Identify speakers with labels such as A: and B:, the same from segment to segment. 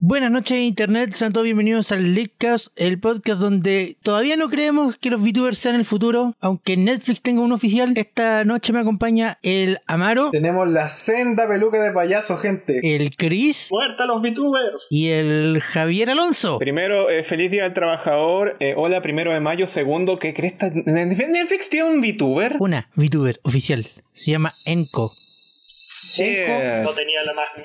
A: Buenas noches Internet, sean todos bienvenidos al Leakcast, el podcast donde todavía no creemos que los VTubers sean el futuro, aunque Netflix tenga un oficial. Esta noche me acompaña el Amaro,
B: Tenemos la senda peluca de payaso, gente.
A: el Chris
C: ¡Muerta los VTubers!
A: y el Javier Alonso.
D: Primero, eh, feliz día al trabajador. Eh, hola, primero de mayo. Segundo, ¿qué crees? ¿Netflix tiene un VTuber?
A: Una VTuber oficial, se llama Enco.
D: Yeah.
C: No tenía la más mínima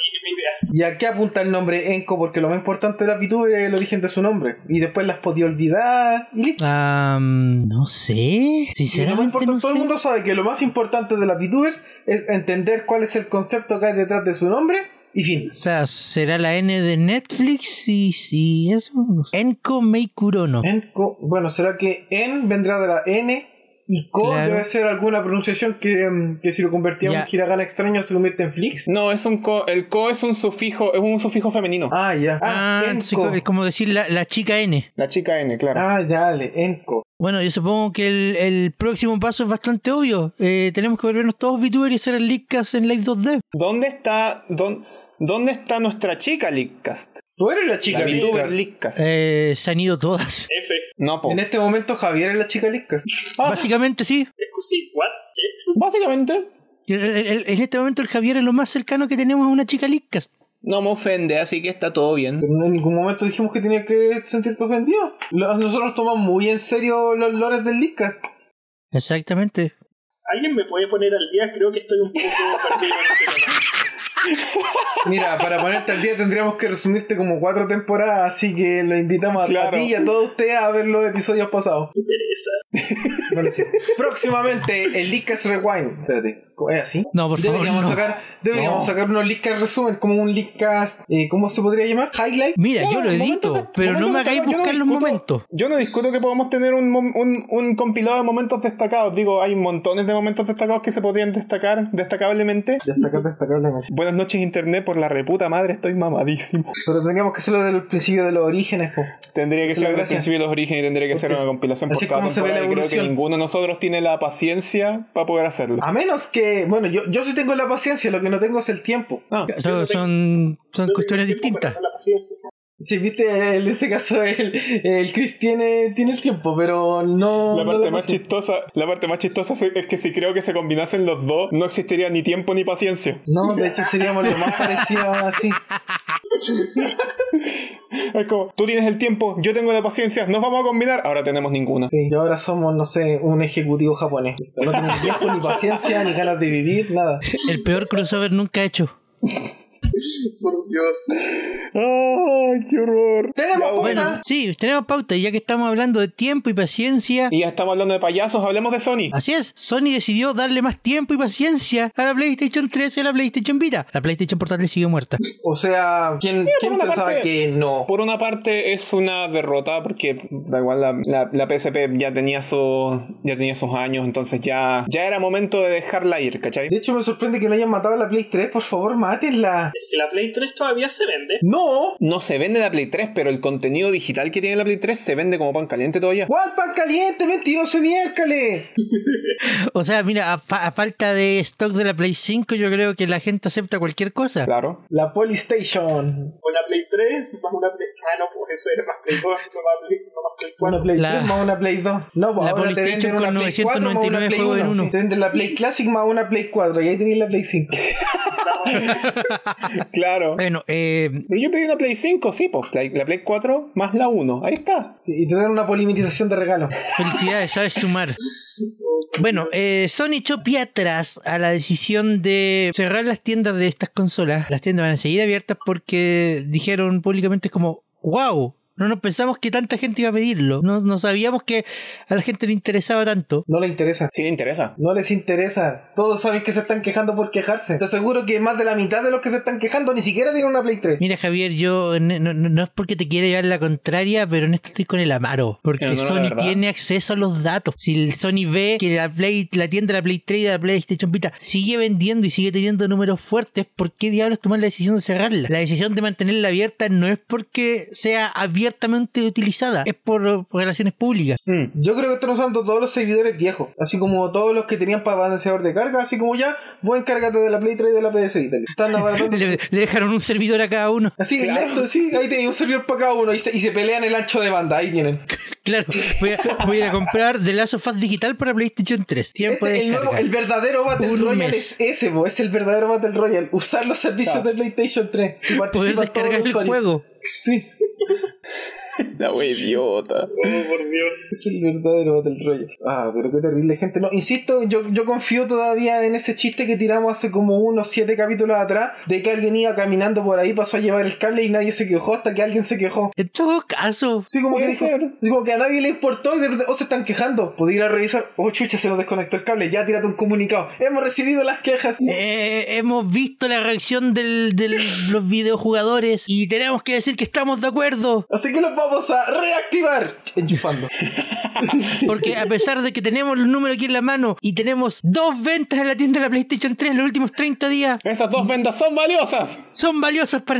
C: idea.
B: ¿Y a qué apunta el nombre Enco? Porque lo más importante de las VTubers es el origen de su nombre. Y después las podía olvidar. Y listo.
A: Ah, mm, no sé,
B: Y lo más
A: sinceramente
B: importante-
A: no
B: todo el
A: sé.
B: mundo sabe que lo más importante de las VTubers es entender cuál es el concepto que hay detrás de su nombre y fin.
A: O sea, será la N de Netflix y, y eso. no sé. Enco Meikurono.
B: Enco, bueno, será que en vendrá de la N y co
A: Claro.
B: debe ser alguna pronunciación que, em, que si lo convertíamos
A: Ya.
B: en hiragana extraño se convierte en flix.
D: No, es un co. El co es un sufijo, es un sufijo femenino.
B: Ah, ya.
A: Ah,
B: Ah,
A: entonces
B: Enco.
A: es como decir la, la chica N.
D: La chica N, claro.
B: Ah, dale, Enco.
A: Bueno, yo supongo que el, el próximo paso es bastante obvio. Eh, tenemos que volvernos todos VTubers y hacer el Leakcast en Live 2D.
D: ¿Dónde está. dón- ¿Dónde está nuestra chica Leakcast?
B: Tú eres la chica
D: La VTuber
B: Liscas.
D: Leakcast.
A: Eh, se han ido todas.
C: F.
D: No, po.
B: En este momento Javier es la chica Liscas. Ah,
A: Básicamente sí.
C: Excusí, ¿what? ¿Qué?
D: Básicamente.
A: El- el- el- en este momento el Javier es lo más cercano que tenemos a una chica Leakcast.
D: No me ofende, así que está todo bien.
B: Pero en ningún momento dijimos que tenías que sentirte ofendido. Lo- Nosotros tomamos muy en serio los lores del Liscas.
A: Exactamente.
C: ¿Alguien me puede poner al día? Creo que estoy un poco perdido. en este tema.
B: Mira, para ponerte al día tendríamos que resumirte como cuatro temporadas, así que lo invitamos a,
D: Claro.
B: a ti y a todos ustedes a ver los episodios pasados.
C: Me interesa.
B: Bueno, sí. Próximamente, el Liscas Rewind. Espérate, ¿es así?
A: No, por favor,
B: Deberíamos,
A: no.
B: sacar, deberíamos
D: No.
B: sacar unos Liscas resumen, como un Liscas, eh, ¿cómo se podría llamar? Highlight.
A: Mira,
D: Claro,
A: yo lo
D: el
A: edito,
D: momento que-
A: pero no
D: momento
A: me
D: que
A: hagáis
D: estamos- yo no
A: buscar los
D: discuto-
A: momentos.
D: Yo no discuto que podamos tener un, mom- un, un compilado de momentos destacados. Digo, hay montones de momentos destacados que se podrían destacar destacablemente.
B: Destacar, destacar, destacar.
D: Buenas noches internet, por la reputa madre estoy mamadísimo.
B: Pero tendríamos que hacerlo desde el principio de los orígenes, po.
D: Tendría que
B: Esa es la
D: ser del
B: gracia.
D: principio de los orígenes y tendría que
B: Porque
D: ser una
B: es-
D: compilación
B: así
D: por
B: es
D: cada
B: como se ve la
D: temporada y creo que
B: evolución. Ah,
D: ninguno de nosotros tiene la paciencia para poder hacerlo.
B: A menos que, bueno, yo, yo sí tengo la paciencia, lo que no tengo es el tiempo.
D: Ah,
A: Son, son, son
C: No
A: cuestiones
C: tengo tiempo
A: distintas.
C: para la paciencia.
B: Si viste, en este caso, el, el Chris tiene, tiene el tiempo, pero no.
D: la
B: no
D: parte más
B: paciencia.
D: chistosa, la parte más chistosa se- es que si creo que se combinasen los dos, no existiría ni tiempo ni paciencia.
B: No, de hecho seríamos lo más parecido así.
D: Es como, tú tienes el tiempo, yo tengo la paciencia, nos vamos a combinar, ahora tenemos ninguna.
B: Sí, y ahora somos, no sé, un ejecutivo japonés. No tenemos tiempo, ni paciencia, ni ganas de vivir, nada.
A: El peor crossover nunca hecho.
C: Por Dios.
D: ¡Ay, qué horror!
B: Tenemos
D: Ya,
B: bueno.
A: Bueno, sí, tenemos pauta y ya que estamos hablando de tiempo y paciencia,
D: Y ya estamos hablando de payasos, hablemos de Sony.
A: Así es, Sony decidió darle más tiempo y paciencia a la PlayStation 3 y a la PlayStation Vita. La PlayStation Portátil sigue muerta.
B: O sea, ¿quién, ¿quién
D: una
B: pensaba
D: parte-
B: que no?
D: Por una parte es una derrota porque da igual la, la, la PSP ya tenía su, ya tenía sus años, entonces ya, ya era momento de dejarla ir,
B: De
D: ¿cachai?
B: hecho, me sorprende que no hayan matado a la Play 3, por favor, mátenla.
C: Es que la Play 3 todavía se vende.
B: ¡No!
D: No se vende la Play 3, pero el contenido digital que tiene la Play 3 se vende como pan caliente todavía.
B: ¡Guau, pan caliente, mentiroso miércoles!
A: O sea, mira, a, fa- a falta de stock de la Play 5, yo creo que la gente acepta cualquier cosa.
D: Claro.
B: La Polystation.
C: Una Play 3 más una Play... Ah, no, pues eso era más Play 2, no más Play, no más Play 4.
B: Una Play
A: La-
B: 3 más una Play 2. No, pues
A: la
B: ahora te
A: PlayStation
B: venden una
A: con
B: Play 4 más
A: 999
B: una Play
A: juegos en
B: 1.
A: uno.
B: Sí, Te venden la Play Classic más una Play 4 y ahí tenés la Play 5.
D: Claro.
A: Bueno, eh,
D: Pero yo pedí una Play 5, sí, pues Play- la Play 4 más la 1. Ahí está.
B: Sí, y te dan una polimerización de regalo.
A: felicidades, sabes sumar. Bueno, eh, Sony echó pie atrás a la decisión de cerrar las tiendas de estas consolas. Las tiendas van a seguir abiertas porque dijeron públicamente como, wow. No nos pensamos que tanta gente iba a pedirlo. No, no sabíamos que a la gente le interesaba tanto.
B: No les interesa.
D: Sí le interesa.
B: No les interesa. Todos saben que se están quejando por quejarse. Te aseguro que más de la mitad de los que se están quejando ni siquiera tienen una Play 3.
A: Mira, Javier, yo n- no, no- no es porque te quiera llevar la contraria, pero en esto estoy con el amaro. Porque
D: En honor a la
A: Sony
D: verdad.
A: tiene acceso a los datos. Si el Sony ve que la, Play, la tienda de la Play 3 y de la PlayStation Vita sigue vendiendo y sigue teniendo números fuertes, ¿por qué diablos tomar la decisión de cerrarla? La decisión de mantenerla abierta no es porque sea abierta abiertamente utilizada. Es por, por relaciones públicas.
D: Mm.
B: Yo creo que están usando todos los servidores viejos, así como todos los que tenían para balanceador de carga, así como ya, vos encárgate de la Play 3 y de la PS Vita. Están abaratando.
A: Le, le dejaron un servidor a cada uno.
B: Así, lento, sí, ahí tenía un servidor para cada uno y se, y se pelean el ancho de banda, ahí tienen.
A: Claro, voy a, voy a ir a comprar The Last of Us digital para PlayStation 3. Tiempo
B: Este,
A: de
B: el, nuevo-
A: descarga.
B: el verdadero Battle
A: Un
B: Royale
A: mes.
B: es ese, po, es el verdadero Battle Royale. Usar los servicios
D: Claro.
B: de PlayStation 3 y
A: Poder
B: participar todos
A: descargar
B: los
A: el
B: usuarios.
A: juego.
B: Sí,
D: La wea idiota.
C: Oh, por Dios.
B: Este es el verdadero Battle Royale. Ah, pero qué terrible, gente. No, insisto, yo, yo confío todavía en ese chiste que tiramos hace como unos 7 capítulos atrás de que alguien iba caminando por ahí, pasó a llevar el cable y nadie se quejó hasta que alguien se quejó.
A: En todo caso,
B: Sí, como que,
D: Puede
B: dijo-
D: ser.
B: sí, como que a nadie le importó y de repente, oh, se están quejando. Podía ir a revisar, oh, chucha, se nos desconectó el cable, ya tírate un comunicado. Hemos recibido las quejas.
A: eh, hemos visto la reacción de los videojugadores y tenemos que decir que estamos de acuerdo.
B: Así que los vamos a reactivar. Enchufando.
A: Porque a pesar de que tenemos los números aquí en la mano y tenemos dos ventas en la tienda de la PlayStation 3 en los últimos 30 días,
D: Esas dos ventas son valiosas.
A: son valiosas para...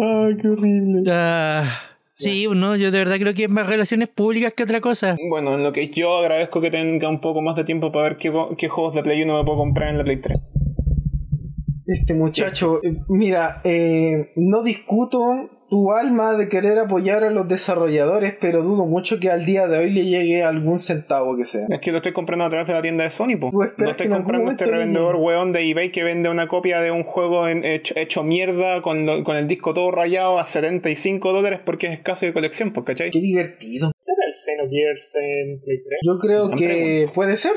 D: Ah, qué horrible.
A: Ah, sí, no, yo de verdad creo que es más relaciones públicas que otra cosa.
D: Bueno, en lo que yo agradezco que tenga un poco más de tiempo para ver qué, go- qué juegos de Play 1 me puedo comprar en la Play 3.
B: Este muchacho, eh, mira, eh, no discuto tu alma de querer apoyar a los desarrolladores, pero dudo mucho que al día de hoy le llegue algún centavo que sea.
D: Es que lo estoy comprando a través de la tienda de Sony, po.
B: Tú esperas
D: No
B: que
D: estoy
B: en algún
D: comprando este
B: momento
D: revendedor
B: llegue.
D: weón de eBay que vende una copia de un juego en- hecho, hecho mierda con, lo- con el disco todo rayado a 75 dólares porque es escaso de colección, pues, ¿cachai?
B: Qué divertido.
C: ¿Era el Xenogears en Play 3?
B: Yo creo
D: Gran
B: que
D: pregunta.
B: puede ser.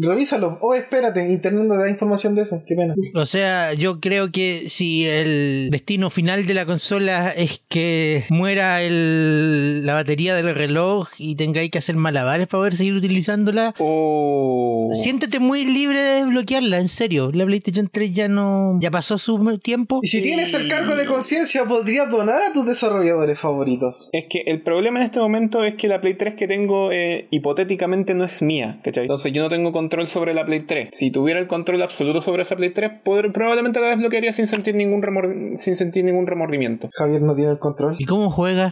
B: Revísalo. Oh, espérate, internet no te da información de eso. Qué pena.
A: O sea, yo creo que si el destino final de la consola es que muera el- la batería del reloj y tengáis que hacer malabares para poder seguir utilizándola,
D: Oh.
A: siéntete muy libre de desbloquearla, en serio. La PlayStation 3 ya no... ya pasó su tiempo.
B: Y si tienes el cargo de conciencia, podrías donar a tus desarrolladores favoritos.
D: Es que el problema en este momento es que la Play 3 que tengo eh, hipotéticamente no es mía, ¿cachai? Entonces yo no tengo control sobre la Play 3. Si tuviera el control absoluto sobre esa Play 3, podr- probablemente la desbloquearía sin sentir ningún, remor- sin sentir ningún remordimiento.
B: Javier no tiene el control.
A: ¿Y cómo juega?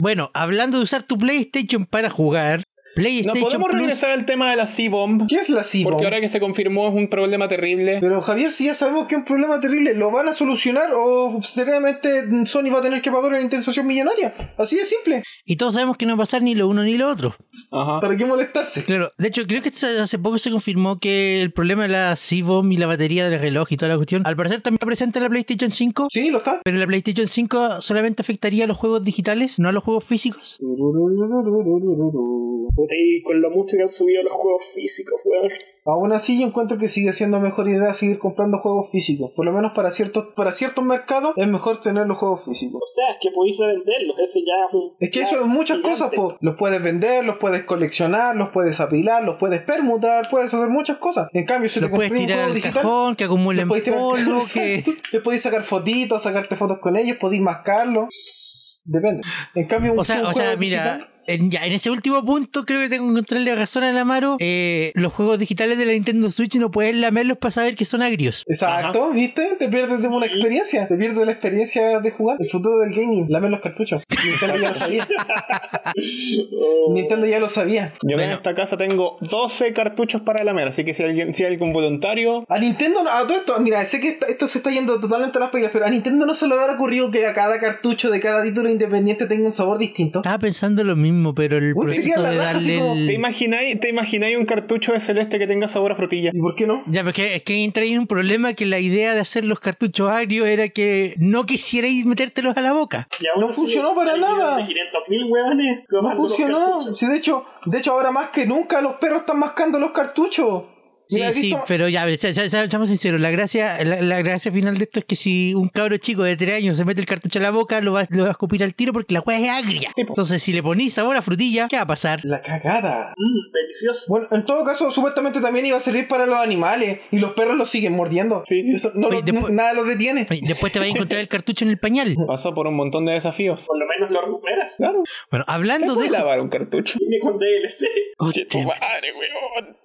A: bueno, hablando de usar tu PlayStation para jugar,
D: No
A: PlayStation
D: podemos
A: Plus...
D: regresar al tema de la C-Bomb,
B: ¿Qué es la CIBO?
D: porque ahora que se confirmó es un problema terrible.
B: Pero Javier, si ya sabemos que es un problema terrible, ¿lo van a solucionar o seriamente mm, Sony va a tener que pagar una intención millonaria? Así de simple.
A: Y todos sabemos que no va a pasar ni lo uno ni lo otro.
D: Ajá.
B: ¿Para qué molestarse?
A: Claro, de hecho creo que hace hace poco se confirmó que el problema de la C-Bomb y la batería del reloj y toda la cuestión, al parecer también está presente en la PlayStation 5,
B: Sí, lo está.
A: pero la PlayStation 5 solamente afectaría a los juegos digitales, no a los juegos físicos.
C: Puta, y con lo mucho que han subido los juegos físicos, weón.
B: Aún así, yo encuentro que sigue siendo mejor idea seguir comprando juegos físicos. Por lo menos para ciertos, para ciertos mercados es mejor tener los juegos físicos.
C: O sea, es que podéis revenderlos, eso ya es un.
B: Es que eso es muchas cosas,
C: po.
B: po. Los puedes vender, los puedes coleccionar, los puedes apilar, los puedes permutar, puedes hacer muchas cosas. En cambio, si
A: Los
B: te compras
A: puedes
B: un
A: tirar
B: juego
A: al
B: digital,
A: cajón, que acumulen
B: Los podéis tirar-
A: polvo, que...
B: Exacto. Les podéis sacar fotitos, sacarte fotos con ellos, podéis mascarlos. Depende. En cambio, un
A: O sea,
B: un
A: o sea,
B: juego
A: mira,
B: digital-
A: en, ya, en ese último punto creo que tengo que encontrarle razón al Amaro. Eh, los juegos digitales de la Nintendo Switch no puedes lamerlos para saber que son agrios.
B: Exacto, ¿viste? Te pierdes de una experiencia. Te pierdes la experiencia de jugar. El futuro del gaming. Lame los cartuchos. Nintendo ya lo sabía. Nintendo ya lo sabía.
D: Yo
A: Bueno.
D: en esta casa tengo 12 cartuchos para lamer, así que si alguien, si hay algún voluntario,
B: A Nintendo, no- a todo esto, mira, sé que esta- esto se está yendo totalmente a las pegas, pero a Nintendo no se le habrá ocurrido que a cada cartucho de cada título independiente tenga un sabor distinto.
A: Estaba pensando lo mismo, pero el
B: Uy, sería
A: proceso
B: la
A: de
B: raja, así
A: darle
B: como-
A: el-
D: ¿te imagináis, ¿te imagináis un cartucho de celeste que tenga sabor a frutilla?
B: ¿Y por qué no?
A: Ya, porque es que entra ahí un problema que la idea de hacer los cartuchos agrios era que no quisierais metértelos a la boca.
B: No funcionó para nada.
C: 500 mil weones.
B: No funcionó. Sí, de hecho, de hecho ahora más que nunca los perros están mascando los cartuchos.
A: Sí,
B: Mira, he
A: sí,
B: visto-
A: pero ya, se- se- se- seamos sinceros, la gracia, la, la gracia final de esto es que si un cabro chico de 3 años se mete el cartucho a la boca, lo va, lo va a escupir al tiro porque la hueá es agria.
D: Sí, po.
A: Entonces, si le ponís sabor a frutilla, ¿qué va a pasar?
B: La cagada.
C: Mm, delicioso.
B: Bueno, en todo caso, supuestamente también iba a servir para los animales y los perros los siguen mordiendo.
D: Sí.
B: Eso no
A: Oye,
B: lo-
A: después-
B: no- nada los detiene.
A: Después te vas a encontrar el cartucho en el pañal.
D: Pasó por un montón de desafíos.
C: Por lo menos menos lo recuperas.
D: Claro.
A: Bueno,
D: ¿Se
A: hablando
D: puede
A: de.
D: lavar un cartucho?
C: Viene con DLC.
D: Che, tu
A: Hostia.
D: madre, weón.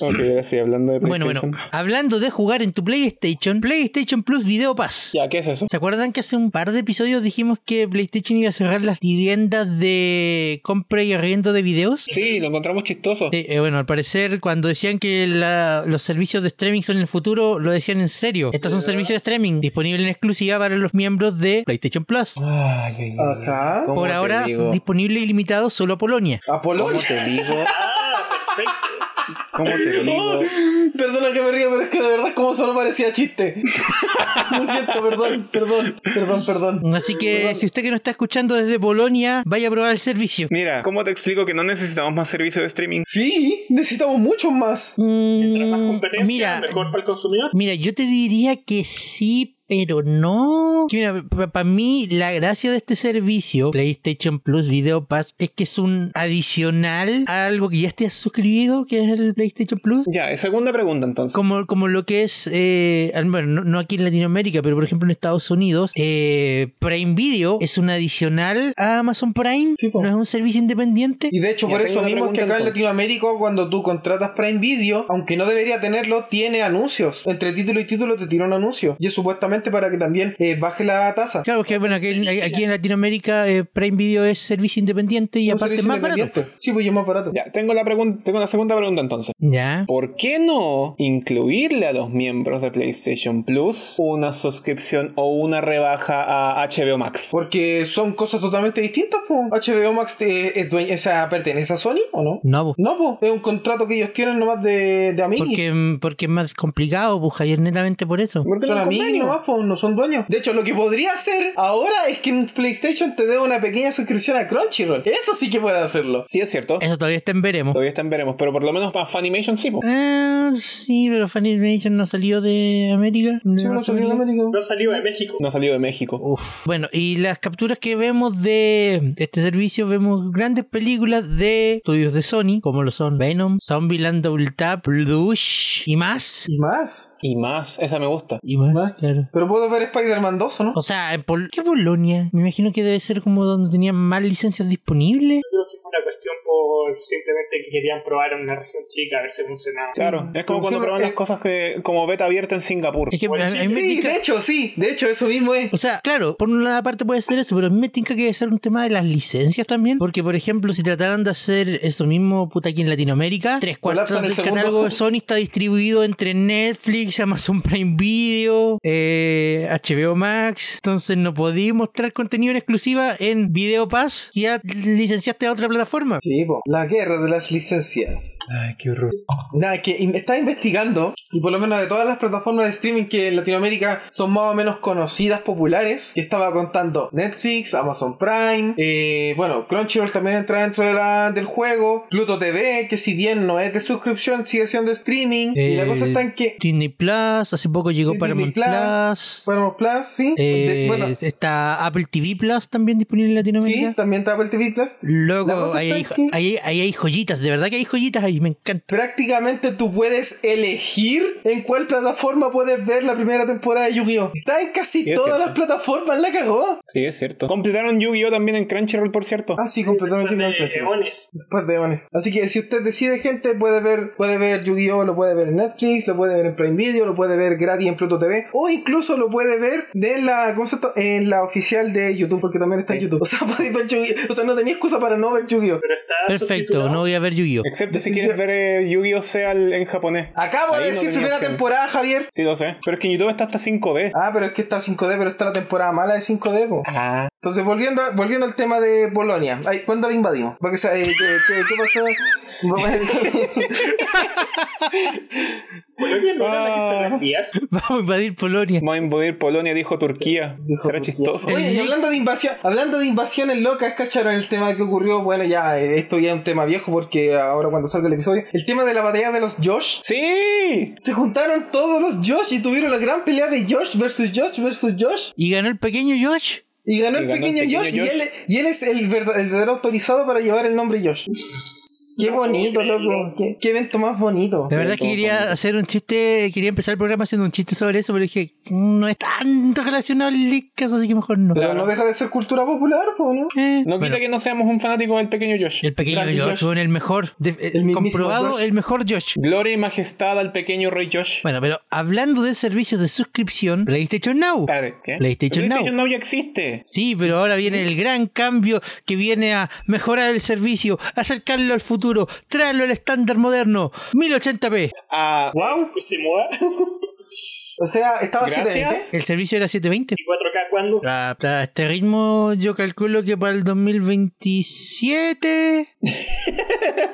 D: ok, ahora sí, hablando de
A: Bueno, bueno,
D: PlayStation.
A: hablando de jugar en tu PlayStation, PlayStation Plus Video Pass.
D: Ya, ¿qué es eso?
A: ¿Se acuerdan que hace un par de episodios dijimos que PlayStation iba a cerrar las tiendas de compra y arriendo de videos?
D: Sí, lo encontramos chistoso.
A: Sí, eh, bueno, al parecer cuando decían que la- los servicios de streaming son el futuro, lo decían en serio. Estos son servicios de streaming disponibles en exclusiva para los miembros de PlayStation Plus.
D: Ay, ay, ay.
B: Ajá.
D: Ah, ¿Cómo
A: Por
D: te
A: ahora
D: digo?
A: disponible y limitado solo a Polonia.
B: A
D: ¿Cómo
B: Polonia.
D: te digo?
C: Ah, perfecto.
D: ¿Cómo te digo?
B: Perdona que me río, pero es que de verdad como solo parecía chiste. Lo siento, perdón, perdón, perdón, perdón.
A: Así que si usted que no está escuchando desde Polonia, vaya a probar el servicio.
D: Mira, ¿cómo te explico que no necesitamos más servicio de streaming?
B: Sí, necesitamos muchos más.
C: Mientras más
A: Mm,
C: competencia,
A: mira,
C: mejor para el consumidor.
A: Mira, yo te diría que sí, pero no. Que Mira, para mí la gracia de este servicio, PlayStation Plus Video Pass, es que es un adicional a algo que ya estés suscribido, que es el PlayStation Plus.
D: Ya, eh, segunda pregunta entonces.
A: Como, como lo que es, eh, al- bueno, no, no aquí en Latinoamérica, pero por ejemplo en Estados Unidos, eh, Prime Video es un adicional a Amazon Prime,
B: Sí, po.
A: no es un servicio independiente.
B: Y de hecho,
D: Ya
B: por
D: tengo
B: eso
D: una
B: mismo es que
D: pregunta,
B: acá en
D: entonces.
B: Latinoamérica, cuando tú contratas Prime Video, aunque no debería tenerlo, tiene anuncios. Entre título y título te tira un anuncio. Y es supuestamente para que también eh, baje la tasa.
A: Claro, que bueno, aquí, en-
C: Sí, sí.
A: aquí en Latinoamérica eh, Prime Video es servicio independiente y
B: Un
A: aparte es
B: servicio
A: más barato.
B: independiente. Sí, pues y es más barato.
D: Ya, tengo la pregunta, tengo la segunda pregunta entonces.
A: Ya.
D: ¿Por qué no incluirle a los miembros de PlayStation Plus una suscripción o una rebaja a HBO Max?
B: Porque son cosas totalmente distintas, po. HBO Max eh, es dueño, o sea, pertenece a Sony o no?
A: No, po.
B: No, po. Es un contrato que ellos quieren nomás de, de amigos.
A: Porque, mm, porque es más complicado, pues Javier, netamente por eso.
D: ¿Por qué
B: Son
D: no un
B: amigos
D: convenio?
B: nomás, po, no son dueños. De hecho, lo que podría hacer ahora es que en PlayStation te dé una pequeña suscripción a Crunchyroll. Eso sí que puede hacerlo.
D: Sí, es cierto.
A: Eso todavía está en veremos.
D: Todavía están veremos, pero por lo menos para Funimation sí. po.
A: Ah, sí, pero Funimation no salió de América.
B: Sí, no salió en América.
C: No salió de México.
D: No ha salido de México.
A: Uf. Bueno, y las capturas que vemos de este servicio, vemos grandes películas de estudios de Sony, como lo son Venom, Zombieland Double Tap, Blush y más.
B: Y más.
D: Y más, esa me gusta.
A: Y más,
B: Más.
A: claro.
B: Pero puedo ver Spider-Man 2, ¿o no?
A: O sea, en Pol- ¿qué Polonia? Me imagino que debe ser como donde tenían más licencias disponibles.
C: Yo creo que es una cuestión por simplemente que querían probar en una región chica a ver si funcionaba.
D: Claro, es como
B: Pero
D: cuando
B: sí,
D: proban
B: eh,
D: las cosas que como beta abierta en Singapur.
A: Es que a- a mí me
B: Sí,
A: tinca-
B: de hecho, sí. De hecho, eso mismo es.
A: O sea, claro, por una parte puede ser eso, pero a mí me tinca que debe ser un tema de las licencias también. Porque, por ejemplo, si trataran de hacer eso mismo, puta, aquí en Latinoamérica, tres
B: Colapsa
A: cuartos
B: en el
A: del
B: segundo.
A: catálogo de Sony está distribuido entre Netflix, Amazon Prime Video, eh, HBO Max. Entonces no podí mostrar contenido en exclusiva en Video Pass. que Ya licenciaste a otra plataforma.
B: Sí, po. La guerra de las licencias.
D: Ay, qué horror.
B: Nada, que in- está investigando, y por lo menos de todas las plataformas de streaming que en Latinoamérica son más o menos conocidas, populares, que estaba contando Netflix, Amazon Prime, eh, bueno, Crunchyroll también entra dentro de la- del juego, Pluto TV, que si bien no es de suscripción, sigue siendo streaming, y la
A: Eh,
B: cosa está en que...
A: Disney Plus, hace poco llegó
B: Sí,
A: Paramount
B: Disney
A: Plus.
B: Paramount Plus, sí.
A: eh,
B: de- bueno,
A: Está Apple TV Plus también disponible en Latinoamérica.
B: sí, también está Apple TV Plus. La
A: Loco,
B: cosa
A: ahí hay,
B: está en que-
E: ahí- ahí hay joyitas, de verdad que hay joyitas ahí, me encanta.
B: prácticamente tú puedes elegir en cuál plataforma puedes ver la primera temporada de Yu-Gi-Oh! Está en casi
D: Sí, es
B: todas
D: cierto.
B: las plataformas, la cagó.
D: Sí, es cierto. Completaron Yu-Gi-Oh también en Crunchyroll, por cierto.
B: Ah, sí, completamente
C: Después de
B: inaccesible.
C: leones.
B: Después de Eones. Así que si usted decide, gente, puede ver, puede ver Yu-Gi-Oh! Lo puede ver en Netflix, lo puede ver en Prime Video, lo puede ver gratis en Pluto TV, o incluso lo puede ver de la, ¿cómo se llama esto? en la oficial de YouTube, porque también está en YouTube. O sea, podéis ver Yu-Gi-Oh! O sea, no tenía excusa para no ver Yu-Gi-Oh!
C: Pero está
B: Ah,
A: Perfecto,
C: subtitulado.
A: no voy a ver Yu-Gi-Oh!
D: Excepto si quieres ver eh, Yu-Gi-Oh sea el- en japonés.
B: Acabo
D: Ahí
B: de
D: no
B: decir
D: tenía
B: primera
D: opción.
B: temporada, Javier.
D: Sí, lo sé. Pero es que en YouTube está hasta 5D.
B: Ah, pero es que está 5D, pero está la temporada mala de 5D, po.
D: Ah.
B: Entonces, volviendo, a- volviendo al tema de Polonia, Ay, ¿cuándo la invadimos? Porque, o sea, eh, ¿qué, qué- qué pasó?
C: Polonia no era la que se
D: Ah.
C: rendía.
A: Vamos a invadir Polonia.
D: Vamos a invadir Polonia, dijo Turquía. Será chistoso.
A: ¿Eh?
B: Oye, y hablando de invasión, hablando de invasiones locas, ¿cacharon el tema que ocurrió? Bueno, ya, eh, esto ya es un tema viejo porque ahora cuando salga el episodio, el tema de la batalla de los Josh.
D: ¡Sí!
B: Se juntaron todos los Josh y tuvieron la gran pelea de Josh versus Josh versus Josh.
A: ¿Y ganó el pequeño Josh?
B: Y ganó,
D: Y
B: el,
D: ganó el
B: pequeño
D: pequeño
B: Josh,
D: Josh.
B: Y, él, y él es el verda- el verdadero autorizado para llevar el nombre Josh. Qué bonito, loco. Qué, qué evento más bonito.
A: La verdad es que quería hacer un chiste, quería empezar el programa haciendo un chiste sobre eso, pero dije, no es tanto relacionado al Lickas, así que mejor no.
B: Pero no deja de ser cultura popular, po, ¿no?
A: Eh,
D: No
A: bueno,
D: quita que no seamos un fanático del pequeño Josh.
A: el pequeño
B: Gran
A: Josh,
B: Josh.
A: con el mejor, de- eh,
B: El mismísimo
A: comprobado,
B: Josh.
A: el mejor Josh.
D: Gloria y majestad al pequeño Roy Josh.
A: Bueno, pero hablando de servicios de suscripción, PlayStation Now.
D: Espérate, ¿qué?
A: PlayStation
D: Pero
A: Now.
D: ya existe.
A: Sí, pero ahora viene el gran cambio que viene a mejorar el servicio, acercarlo al futuro, traerlo al estándar moderno, 1080p.
D: Ah,
B: Wow.
C: Pues se mueva.
B: O sea, estaba
D: Gracias.
B: 720.
A: El servicio era 720.
C: ¿Y 4K cuándo?
A: A, a este ritmo yo calculo que para el 2027...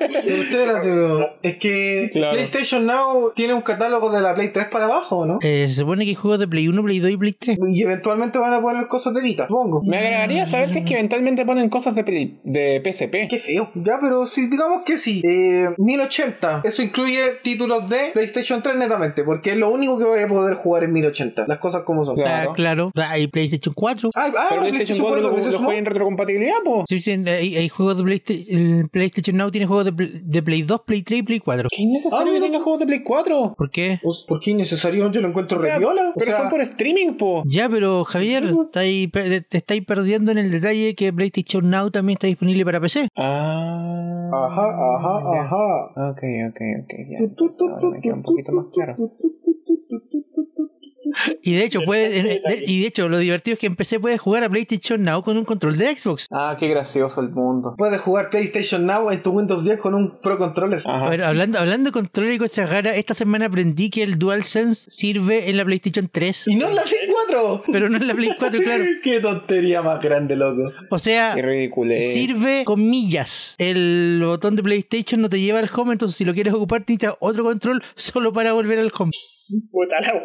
B: Espérate, bro. Es que
D: Claro.
B: PlayStation Now tiene un catálogo de la Play 3 para abajo, ¿no?
A: eh, se supone que hay juegos de Play 1, Play 2 y Play 3.
B: Y eventualmente van a poner cosas de Vita, supongo.
D: me agradaría saber si es que eventualmente ponen cosas de, peli- de PSP.
B: Qué feo. Ya, pero si digamos que sí. Eh, 1080. Eso incluye títulos de PlayStation 3 netamente, porque es lo único que voy a poder jugar en 1080. Las cosas como son.
A: O
D: Claro.
A: sea, claro. Hay PlayStation 4.
B: Ah, ah,
D: Pero PlayStation 4 lo,
B: ¿también se
D: lo
B: sumó?
D: juega en retrocompatibilidad, po.
A: Sí, sí, hay, hay juegos de PlayStation. El PlayStation Now tiene juegos de, Pl- de Play 2, Play 3 y Play 4.
D: Qué innecesario
B: Ah,
D: que
B: mira.
D: tenga juegos de Play 4.
A: ¿Por qué?
B: Pues, ¿Por qué innecesario? Yo lo encuentro
D: O sea,
B: re viola. O
D: pero
B: sea,
D: son por streaming, po.
A: Ya, pero Javier, está ahí per- te estáis perdiendo en el detalle que PlayStation Now también está disponible para PC.
D: Ah.
B: Ajá, ajá,
D: ya.
B: ajá.
D: Ok, ok, ok. Ya. Entonces, ahora me queda un poquito más claro.
A: Y de hecho, puede, en- de- y de hecho lo divertido es que en PC puedes jugar a PlayStation Now con un control de Xbox.
D: Ah, qué gracioso el mundo.
B: Puedes jugar PlayStation Now en tu Windows 10 con un Pro Controller.
A: A
D: Ajá.
A: ver, hablando, hablando de control y cosas raras, esta semana aprendí que el DualSense sirve en la PlayStation 3,
B: Y no en la Play 4.
A: pero no en la Play 4, claro.
B: Qué tontería más grande, loco.
A: O sea,
D: Qué ridículo es.
A: sirve comillas. El botón de PlayStation no te lleva al home, entonces si lo quieres ocupar necesitas otro control solo para volver al home.
C: Puta la wea.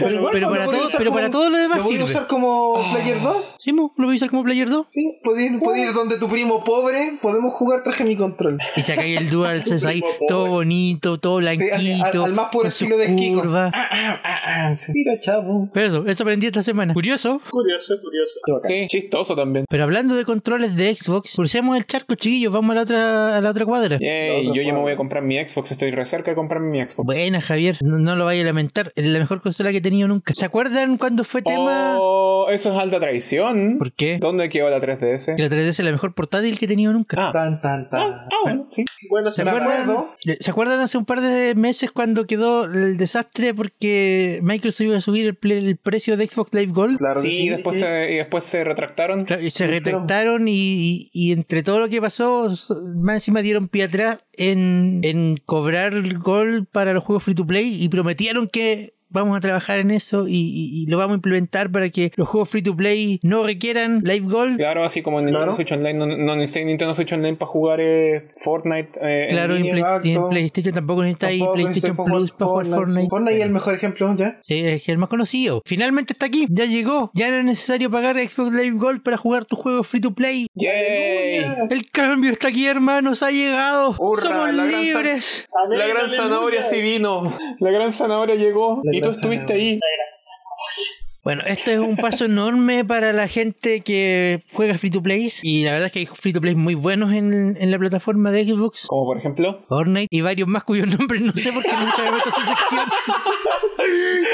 B: Pero, igual
A: Pero
B: lo
A: para
B: podía
A: todo-
B: usar
A: pero para
B: como-
A: todo lo demás
B: podía
A: sirve. Ah.
B: usar como Player 2?
A: ¿Sí, mo? ¿Lo voy a usar como Player 2?
B: Sí, podía ir, podía ir donde tu primo pobre, podemos jugar traje mi control.
A: Y sacáis el DualSense ahí, todo bonito, todo
B: Sí,
A: blanquito,
B: así, al, al más puro
A: con su
B: estilo de Kiko.
A: curva.
B: Ah, ah, ah, ah, sí. Mira, chavo.
A: Pero eso, eso aprendí esta semana. Curioso.
C: Curioso, curioso.
B: Qué bacán.
D: Sí, chistoso también.
A: Pero hablando de controles de Xbox, crucemos el charco, chiquillos, vamos a la otra, a la otra cuadra.
D: Yay,
B: La otra
D: yo ya me
B: forma.
D: voy a comprar mi Xbox. Estoy re cerca de comprarme mi Xbox.
A: Buena, Javier, no, no lo vaya a lamentar. Es la mejor consola que he tenido nunca. ¿Se acuerdan cuando fue tema?
D: Oh, eso es alta traición.
A: ¿Por qué?
D: ¿Dónde quedó la 3DS?
A: Que la 3DS es la mejor portátil que he tenido nunca.
D: Ah,
B: Tan, tan,
D: ah,
B: tan.
D: ah, bueno, sí.
C: Bueno,
A: ¿Se
C: se me
A: acuerdan,
C: acuerdo.
A: de- ¿Se acuerdan hace un par de meses cuando quedó el desastre porque Microsoft iba a subir el, ple- el precio de Xbox Live Gold?
B: Claro
D: sí,
B: que sí.
D: después se, y después se retractaron.
A: Claro, y se
B: Sí,
A: retractaron y, y- y entre todo lo que pasó, s- más encima dieron pie atrás en, en cobrar el gol para los juegos free to play y prometieron que vamos a trabajar en eso y, y- y lo vamos a implementar para que los juegos free to play no requieran live gold. Claro.
D: Claro, así como en Nintendo
B: Claro.
D: Switch Online, no, no necesitas Nintendo Switch Online para jugar eh, Fortnite. eh, en
A: y en,
D: línea.
A: Play-
B: exacto.
A: y en PlayStation tampoco necesita y
B: Tampoco
A: PlayStation
B: pensé
A: Plus para jugar Fortnite.
B: Fortnite es el mejor ejemplo, ¿ya?
A: Sí, es que el más conocido. Finalmente está aquí, ya llegó. Ya no es necesario pagar Xbox Live Gold para jugar tus juegos free to play.
D: Yay.
A: El cambio está aquí, hermanos, ha llegado.
B: Hurra,
A: Somos
B: la gran
A: libres.
C: Amén, aleluya.
D: vino. La gran zanahoria llegó
B: La
D: y tú
B: gran
D: estuviste
B: zanahoria.
D: ahí.
C: La gran zanahoria.
A: Bueno, esto es un paso enorme para la gente que juega free to play. Y la verdad es que hay free to play muy buenos en, en la plataforma de Xbox.
D: Como por ejemplo.
A: Fortnite y varios más cuyos nombres no sé por qué nunca me meto a esa sección.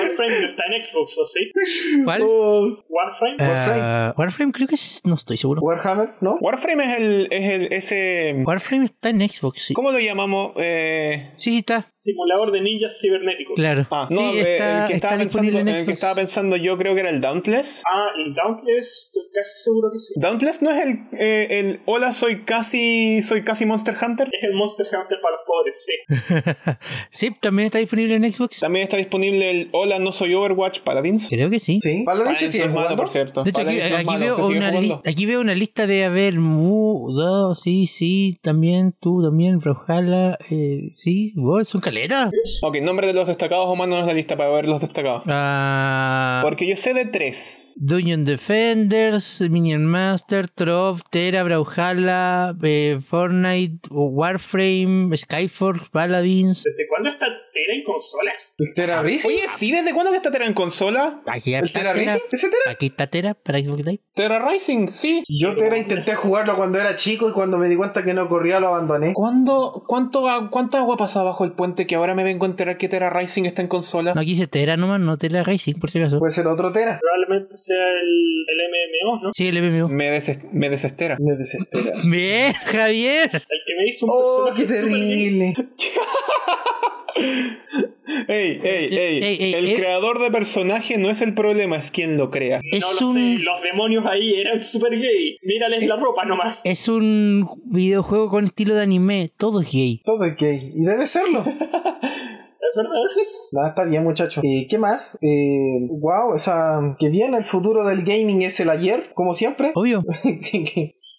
C: Warframe no está en Xbox, ¿o sí?
A: ¿Cuál?
B: Oh,
C: Warframe.
A: Ah, Warframe creo que es, no estoy seguro.
B: Warhammer, ¿no?
D: Warframe es el, es el ese.
A: Warframe está en Xbox, sí.
D: ¿Cómo lo llamamos? Eh,
A: Sí, sí está,
C: Simulador de ninjas cibernéticos.
A: claro.
D: ah,
A: sí,
D: no, eh,
A: está,
D: el que
A: está
D: estaba
A: disponible
D: pensando,
A: en
D: el
A: Xbox.
D: que estaba pensando yo creo que era el Dauntless.
C: Ah, el Dauntless, estoy casi seguro que sí.
D: Dauntless no es el, eh, el hola soy casi soy casi Monster Hunter.
C: Es el Monster Hunter para los pobres, sí.
A: sí, también está disponible en Xbox.
D: También está disponible el hola no soy Overwatch Paladins.
A: Creo que sí.
B: Sí. Paladins se
D: Paladins
B: sigue
D: es malo,
B: jugando.
D: por cierto.
A: De hecho, aquí,
D: Paladins no es
A: aquí
D: malo,
A: veo
D: se sigue
A: una
D: jugando.
A: li- aquí veo una lista de haber mudo, sí, sí, también, tú también, Rojala, eh, sí, vos, son caletas.
D: Ok, nombre de los destacados humanos en la lista para ver los destacados.
A: Ah,
D: Porque yo sé de tres.
A: Dungeon Defenders, Minion Master, Trove, Terra, Brawlhalla, eh, Fortnite, Warframe, Skyforce, Paladins.
C: ¿Desde cuándo está Tera en consolas?
B: ¿Usted Pues era Brice?
D: Oye, sí, ¿desde cuándo que está Tera en consola?
A: Aquí
B: ¿El
A: está
B: Tera
A: Tera.
B: Rising? ¿Ese Tera?
A: Aquí está Tera, para que volváis.
D: Terra Rising, sí.
B: Yo Tera intenté jugarlo cuando era chico y cuando me di cuenta que no corría lo abandoné.
D: ¿Cuándo, cuánto, a- ¿Cuánta agua pasa bajo el puente que ahora me vengo a enterar que Terra Rising está en
B: Ah.
D: consola?
A: No, aquí dice Tera nomás, no Tera Racing, por si acaso.
B: Puede ser otro Tera.
C: Probablemente sea el, el MMO, ¿no?
A: Sí, el MMO.
D: Me, deses- me desespera.
B: Me desespera.
A: Bien, Javier.
C: El que me hizo un
B: Oh,
C: personaje
B: qué
C: súper
B: terrible.
C: bien.
D: Ey, ey, ey,
A: Ey, ey,
D: El
A: ey.
D: creador de personaje no es el problema, es quien lo crea.
A: Es
C: no lo
A: un-
C: sé, los demonios ahí eran super gay. Mírales
B: Eh,
C: la ropa nomás.
A: Es un videojuego con estilo de anime, todo es gay.
B: Todo es gay. Y debe serlo.
C: Es verdad.
B: Nada, está bien, muchacho. Eh, ¿Qué más? Eh, wow, o sea, que bien el futuro del gaming es el ayer, como siempre.
A: Obvio.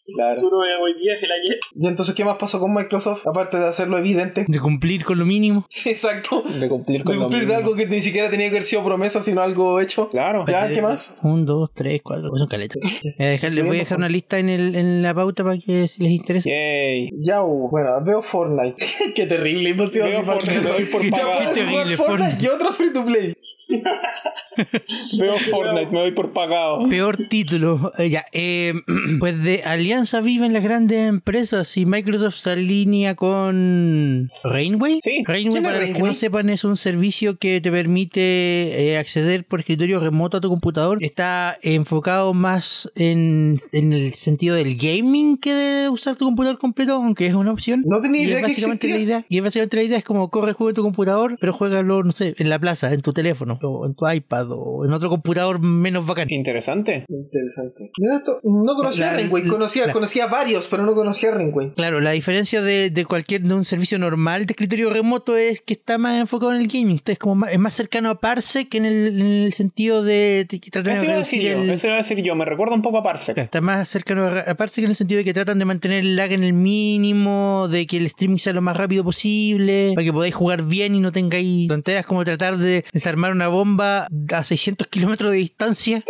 C: El
B: claro.
C: futuro de hoy día es el ayer.
B: Y entonces, ¿qué más pasó con Microsoft? Aparte de hacerlo evidente.
A: De cumplir con lo mínimo.
B: Sí, exacto.
D: De cumplir con
B: De
D: lo
B: cumplir de
D: mínimo.
B: algo que ni siquiera tenía que haber sido promesa, sino algo hecho.
D: Claro.
B: Ya, ¿qué más?
A: Un, dos, tres, cuatro. Son caletas. Voy a dejar, les voy a dejar una lista en, el, en la pauta para que si les interesa.
D: Yay.
B: Ya, oh, bueno, veo Fortnite. Qué terrible, imposible.
D: Veo
B: hacer
D: Fortnite, me doy por
A: Ya,
B: Ya
D: pagado.
B: puedes
A: Qué
B: jugar
A: terrible,
B: Fortnite,
A: Fortnite.
B: y otro free to play.
D: Veo Fortnite, me doy por pagado.
A: Peor título. Eh, ya, eh, pues de Alianza viven las grandes empresas y Microsoft se alinea con Rainway.
D: Sí.
A: Rainway,
B: ¿Quién es
A: para los que
B: Rainway?
A: no sepan, es un servicio que te permite eh, acceder por escritorio remoto a tu computador. Está enfocado más en, en el sentido del gaming que de usar tu computador completo, aunque es una opción.
B: No tenía
A: Y es
B: idea que
A: básicamente
B: existía.
A: la idea. Y es básicamente la idea es como corre el juego en tu computador, pero juégalo, no sé, en la plaza, en tu teléfono, o en tu iPad, o en otro computador menos bacán.
D: Interesante.
B: Interesante. Mira esto, no conocía
A: La-
B: a Ringway, conocía,
A: la-
B: conocía varios, pero no conocía a Ringway.
A: Claro, la diferencia de, de cualquier de un servicio normal de escritorio remoto es que está más enfocado en el gaming. Esto Es como más, es más cercano a Parse que en el, en el sentido de t- que tratan de
D: Eso iba a decir
A: reducir
D: yo,
A: el-
D: eso iba a decir yo. Me recuerda un poco a Parsec.
A: Está más cercano a a Parse que en el sentido de que tratan de mantener el lag en el mínimo, de que el streaming sea lo más rápido posible, para que podáis jugar bien y no tengáis tonteras como tratar de desarmar una bomba a 600 kilómetros de distancia.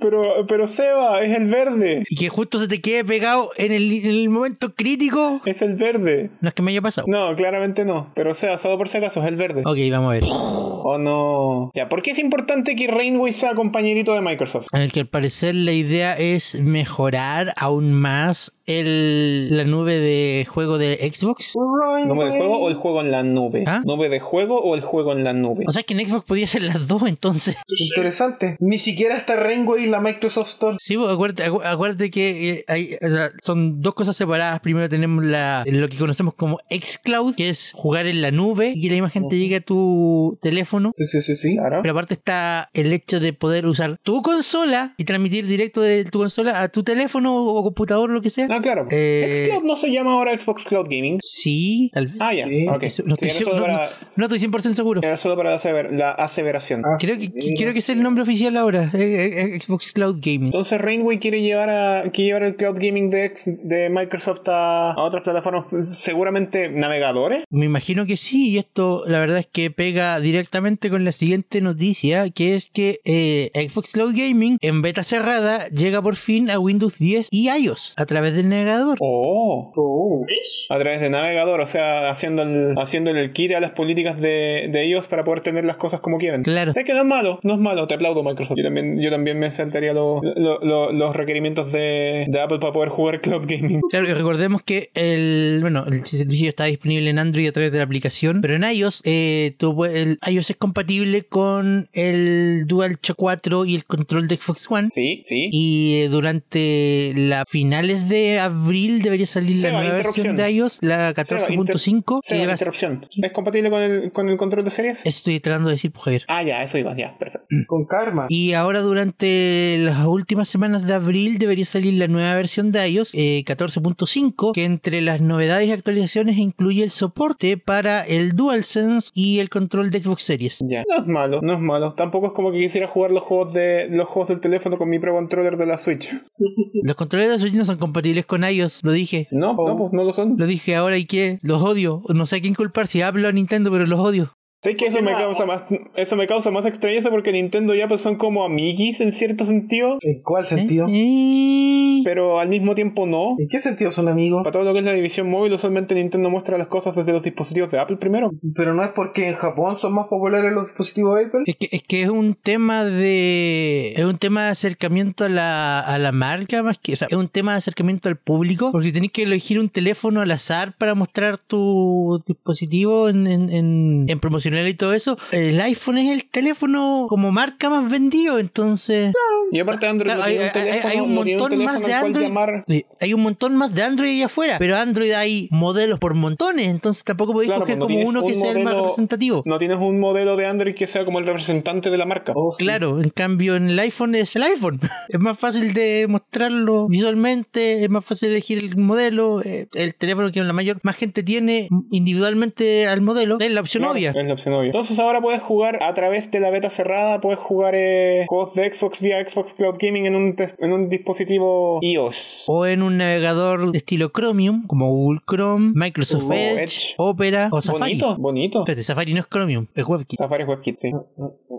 D: Pero, pero Seba, es el verde.
A: y que justo se te quede pegado en el, en el momento crítico.
D: Es el verde.
A: No es que me haya pasado.
D: No, claramente no. Pero Seba, solo por si acaso, es el verde.
A: Ok, vamos a ver.
D: Oh no. Ya, ¿por qué es importante que Rainway sea compañerito de Microsoft?
A: En el que al parecer la idea es mejorar aún más el, la nube de juego de Xbox.
D: ¿Nube de juego o el juego en la nube?
A: ¿Ah?
D: ¿Nube de juego o el juego en la nube?
A: O sea que en Xbox podía ser las dos entonces.
B: Interesante. Ni siquiera está Ringway en la Microsoft Store.
A: Sí, pues, acuérdate, acu- acuérdate que eh, hay- o sea, son dos cosas separadas. Primero tenemos la, lo que conocemos como xCloud, que es jugar en la nube y que la imagen te llegue a tu teléfono.
B: Sí, sí, sí, sí.
D: Claro.
A: Pero aparte está el hecho de poder usar tu consola y transmitir directo de tu consola a tu teléfono o computador, lo que sea.
D: Ah, claro.
A: Eh,
D: Xcloud no se llama ahora Xbox Cloud Gaming.
A: Sí, tal vez.
D: Ah, ya.
B: Sí,
D: ok.
A: no estoy
D: Sí, era,
A: seguro,
D: solo para,
A: No estoy 100% seguro.
D: era solo para asever- la aseveración.
B: Ah,
A: Creo que,
B: sí,
A: que-
B: no
A: creo que es
B: sé.
A: el nombre oficial ahora, eh, eh, Xbox Cloud Gaming.
D: Entonces Rainway quiere llevar a quiere llevar el cloud gaming de, X- de Microsoft a, a otras plataformas, seguramente navegadores.
A: Me imagino que sí, y esto la verdad es que pega directamente con la siguiente noticia, que es que eh, Xbox Cloud Gaming en beta cerrada llega por fin a Windows 10 y iOS a través del navegador.
D: Oh.
B: Oh.
C: ¿Mish?
D: A través de navegador, o sea, haciendo el, haciéndole el kit a las políticas de, de ellos para poder tener las cosas como quieren.
A: Claro.
D: Sé que no es malo, no es malo, te aplaudo Microsoft. Yo también, yo también me saltaría lo- lo- lo- los requerimientos de, de Apple para poder jugar cloud gaming.
A: Claro, y recordemos que el, bueno, el servicio está disponible en Android a través de la aplicación, pero en iOS, eh, tú pue- el iOS es compatible con el DualShock 4 y el control de Xbox One.
D: Sí, sí.
A: Y eh, durante las finales de abril debería salir
D: Seba,
A: la nueva versión
D: interrupción.
A: de iOS, la
D: Seba,
A: 14.5.
D: Seba,
A: que va-
D: interrupción. ¿Es compatible con el, con el control de series?
A: Eso estoy tratando de decir, pues, Javier.
D: Ah, ya, eso iba, ya, perfecto.
B: uh, Con
D: Ah.
B: karma.
A: Y ahora durante las últimas semanas de abril debería salir la nueva versión de iOS eh, 14.5, que entre las novedades y actualizaciones incluye el soporte para el DualSense y el control de Xbox Series.
D: Ya. No es malo, no es malo. Tampoco es como que quisiera jugar los juegos de los juegos del teléfono con mi Pro Controller de la Switch.
A: Los controles de Switch no son compatibles con iOS, lo dije.
D: No,
B: Oh.
D: no, pues no lo son.
A: Lo dije ahora y que los odio. No sé a quién culpar si hablo a Nintendo, pero los odio.
D: Sé que eso me, causa más, eso me causa más extrañeza porque Nintendo y Apple son como amiguis en cierto sentido,
B: ¿En cuál sentido?
A: Eh,
D: pero al mismo tiempo no.
B: ¿En qué sentido son amigos?
D: Para todo lo que es la división móvil, usualmente Nintendo muestra las cosas desde los dispositivos de Apple primero.
B: Pero no es porque en Japón son más populares los dispositivos Apple.
A: Es que, es que es un tema de. Es un tema de acercamiento a la, a la marca más que. O sea, es un tema de acercamiento al público. Porque tenés que elegir un teléfono al azar para mostrar tu dispositivo en, en, en, en promocional y todo eso. El iPhone es el teléfono como marca más vendido. Entonces.
D: Y aparte Android
A: Claro,
D: no tiene un teléfono, no tiene un teléfono al cual llamar.
A: Sí, eh, hay un montón más de Android ahí afuera, pero Android hay modelos por montones, entonces tampoco podéis
D: Claro,
A: coger
D: pues no
A: como
D: tienes
A: uno que
D: un
A: sea el más
D: modelo-
A: representativo.
D: No tienes un modelo de Android que sea como el representante de la marca.
B: Oh, sí.
A: Claro, en cambio en el iPhone es el iPhone. Es más fácil de mostrarlo visualmente, es más fácil elegir el modelo, eh, el teléfono que la mayor más gente tiene individualmente al modelo, es la opción
D: Claro,
A: obvia.
D: Es la opción obvia. Entonces ahora puedes jugar a través de la beta cerrada, puedes jugar eh, juegos de Xbox vía Xbox Cloud Gaming en un, tes- en un dispositivo iOS.
A: O en un navegador de estilo Chromium, como Google Chrome, Microsoft
D: O
A: Edge,
D: Uh, Edge.
A: Opera o Safari.
D: bonito, bonito.
A: Espérate, Safari no es Chromium, es WebKit.
D: Safari es WebKit,
B: Mm,
D: sí.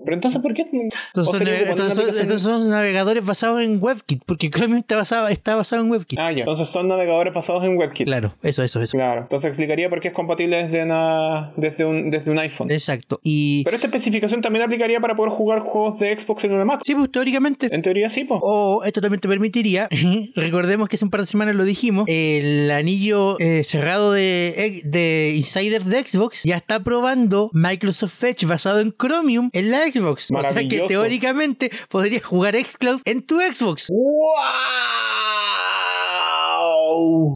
D: Pero entonces, ¿por qué?
A: Entonces,
D: ¿O
A: son,
D: sería
A: nave-
D: que poner una
A: entonces son-
D: aplicación-
A: entonces son navegadores basados en WebKit, porque Chromium está basado, está basado en WebKit.
D: Ah, ya. Entonces son navegadores basados en WebKit.
A: Claro, eso, eso, eso.
D: Claro. Entonces explicaría por qué es compatible desde, una- desde, un, desde un iPhone.
A: Exacto. Y
D: Pero esta especificación también aplicaría para poder jugar juegos de Xbox en una Mac.
A: sí, Oh. pues, teóricamente.
D: En teoría sí, po.
A: O esto también te permitiría, recordemos que hace un par de semanas lo dijimos, el anillo eh, cerrado de, de Insider de Xbox ya está probando Microsoft Edge basado en Chromium en la Xbox. O sea que
D: Maravilloso.
A: teóricamente podrías jugar Xcloud en tu Xbox.
B: ¡Wow!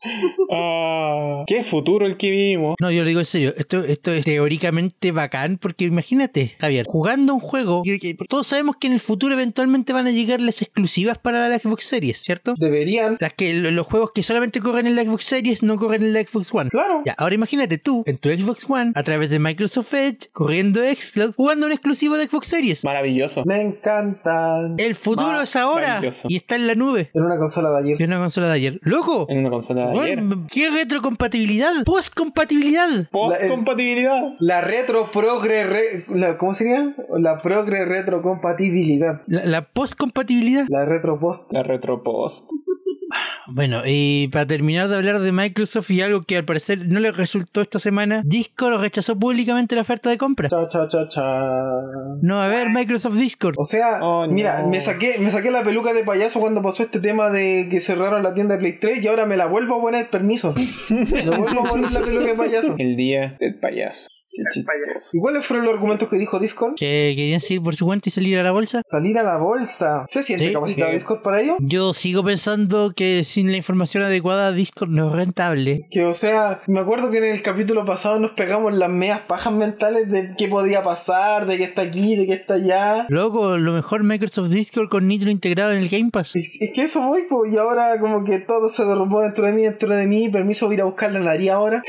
D: Ah, qué futuro el que vivimos.
A: No, yo lo digo en serio, esto, esto es teóricamente bacán porque imagínate, Javier, jugando un juego, que- que todos sabemos que en el futuro eventualmente van a llegar las exclusivas para la Xbox Series, ¿cierto?
B: Deberían.
A: O sea, que lo- los juegos que solamente corren en la Xbox Series no corren en la Xbox One.
B: Claro.
A: Ya, ahora imagínate tú, en tu Xbox One, a través de Microsoft Edge, corriendo Xcloud, jugando un exclusivo de Xbox Series.
D: Maravilloso.
B: Me encantan.
A: El futuro es ahora
D: Maravilloso.
A: y está en la nube.
B: En una consola de ayer.
A: Es una consola de ayer. ¡Loco!
D: En una consola de ayer.
A: Bueno, ¿Qué retrocompatibilidad? ¡Postcompatibilidad!
D: Post-compatibilidad.
B: La retro progre. re- la- ¿Cómo sería? La progre retrocompatibilidad.
A: La, la postcompatibilidad.
B: La retro post.
D: La retropost.
A: Bueno, y para terminar de hablar de Microsoft y algo que al parecer no le resultó esta semana, Discord rechazó públicamente la oferta de compra.
B: Cha, cha, cha, cha.
A: No va a haber Microsoft Discord.
B: O sea,
D: Oh, no.
B: mira, me saqué, me saqué la peluca de payaso cuando pasó este tema de que cerraron la tienda de Play 3 y ahora me la vuelvo a poner, permiso. Me vuelvo a poner la peluca de payaso.
D: El día del payaso. Qué
C: El
D: chistoso.
C: payaso.
B: ¿Y cuáles fueron los argumentos que dijo Discord?
A: Que querían seguir por su cuenta y salir a la bolsa.
B: Salir a la bolsa. ¿Se siente
A: Sí,
B: capacitado
D: sí.
B: Discord para ello?
A: Yo sigo pensando que sin la información adecuada Discord no es rentable.
B: Que, o sea, me acuerdo que en el capítulo pasado nos pegamos las medias pajas mentales de qué podía pasar, de que está aquí, de que está allá.
A: Luego, lo mejor Microsoft Discord con Nitro integrado en el Game Pass.
B: Es, es que eso voy, po, y ahora como que todo se derrumbó dentro de mí, dentro de mí. Permiso, voy a ir a buscar la nariz ahora.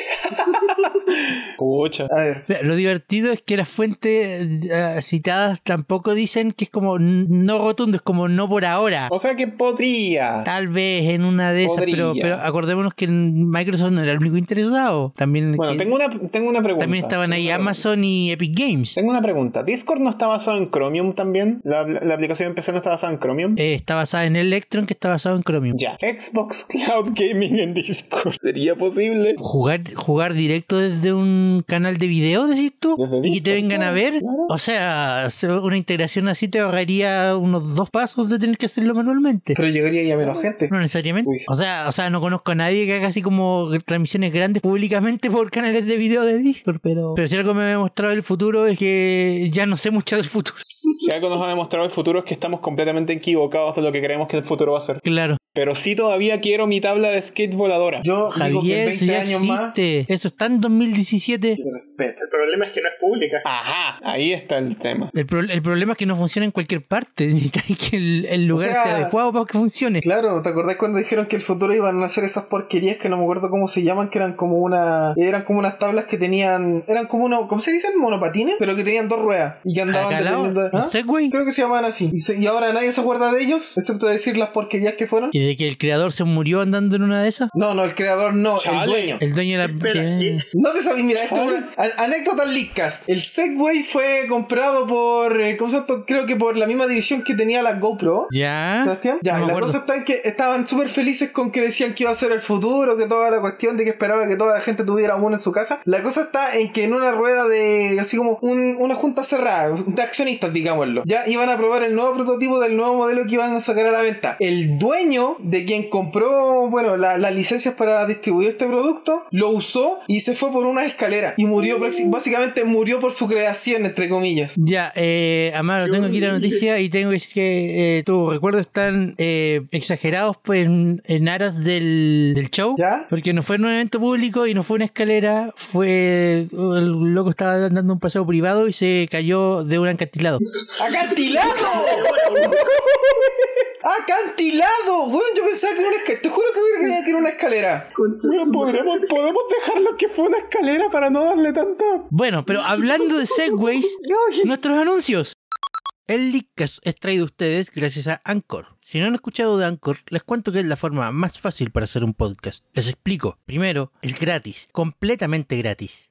D: Pucha.
B: A ver,
A: Lo divertido es que las fuentes eh, citadas tampoco dicen que es como n- no rotundo, es como no por ahora.
D: O sea que podría.
A: Tal vez en una de esas,
D: Podría.
A: pero, pero acordémonos que Microsoft no era el único interesado. También,
D: Bueno,
A: que-
D: tengo una, tengo una pregunta.
A: también estaban ahí
D: Tengo una
A: Amazon y Epic Games.
D: Tengo una pregunta. ¿Discord no está basado en Chromium también? ¿La, la- la aplicación en PC no está basada en Chromium?
A: Eh, está basada en Electron, que está basado en Chromium.
D: Ya. Xbox Cloud Gaming en Discord. ¿Sería posible?
A: jugar jugar directo desde un canal de video, decís tú,
D: Desde
A: y que te
D: Discord,
A: vengan a
D: claro,
A: ver.
D: claro.
A: O sea, se- una integración así te ahorraría unos dos pasos de tener que hacerlo manualmente.
B: pero llegaría ya menos gente.
A: No necesariamente.
B: Uy.
A: O sea, o sea, no conozco a nadie que haga así como transmisiones grandes públicamente por canales de video de Discord, pero, pero si algo me ha mostrado el futuro es que ya no sé mucho del futuro.
D: Si algo nos ha demostrado el futuro es que estamos completamente equivocados de lo que creemos que el futuro va a ser.
A: Claro.
D: Pero sí todavía quiero mi tabla de skate voladora.
B: Yo digo que
A: Javier,
B: en
A: eso
B: 20
A: ya
B: años más.
A: existe. Eso está en 2017.
B: Te respeto.
C: El problema es que no es pública.
D: Ajá, ahí está el tema.
A: El, pro- el problema es que no funciona en cualquier parte. Necesitas que el, el lugar
B: sea,
A: esté adecuado para que funcione.
B: Claro, ¿te acordás cuando dijeron que el futuro iban a hacer esas porquerías que no me acuerdo cómo se llaman, que eran como una eran como unas tablas que tenían, eran como uno, ¿cómo se dicen? Monopatines, pero que tenían dos ruedas y que andaban
A: Bacalao.
B: dependiendo- ¿Ah?
A: ¿En Segway.
B: Creo que se llamaban así. Y, se- y ahora nadie se acuerda de ellos, excepto decir las porquerías que fueron.
A: ¿Y de que el creador se murió andando en una de esas?
B: No, no, el creador no,
D: Chale.
B: el dueño.
A: El dueño de la...
C: Espera, ¿qué?
B: No te sabes, mira, esto es una an- anécdota Leakcast. El Segway fue comprado por, eh, ¿cómo se llama? Creo que por la misma división que tenía la GoPro.
C: Ah.
A: ¿Ya?
B: Sebastián.
A: ¿Ah?
B: Ya,
A: No me
B: la
A: acuerdo.
B: cosa está en que estaban súper felices con que decían que iba a ser el futuro, que toda la cuestión de que esperaba que toda la gente tuviera uno en su casa. La cosa está en que en una rueda de, así como un- una junta cerrada, de accionistas, digámoslo, ya iban a probar el nuevo prototipo del nuevo modelo que iban a sacar a la venta. El dueño de quien compró, bueno, la- las licencias para distribuir este producto, lo usó y se fue por una escalera y murió, praxi- básicamente murió por su creación, entre comillas.
A: Ya, eh, Amaro,
C: Qué
A: tengo aquí la
C: horrible.
A: noticia y tengo que decir que eh, tus recuerdos están eh, exagerados pues, en, en aras del, del show.
B: ¿Ya?
A: Porque no fue en un evento público y no fue una escalera, fue... El loco estaba dando un paseo privado y se cayó de un acantilado.
B: ¡Acantilado! ¡Acantilado! Weón, yo pensaba que era una escalera. Te juro que creía que era una escalera.
C: Concha
D: Weón,
C: su
D: ¿podremos, podemos dejarlo que fue una escalera para no darle tanta.
A: Bueno, pero hablando de segways, nuestros anuncios. El Leadcast es traído a ustedes gracias a Anchor. Si no han escuchado de Anchor, les cuento que es la forma más fácil para hacer un podcast. Les explico. Primero, es gratis, completamente gratis.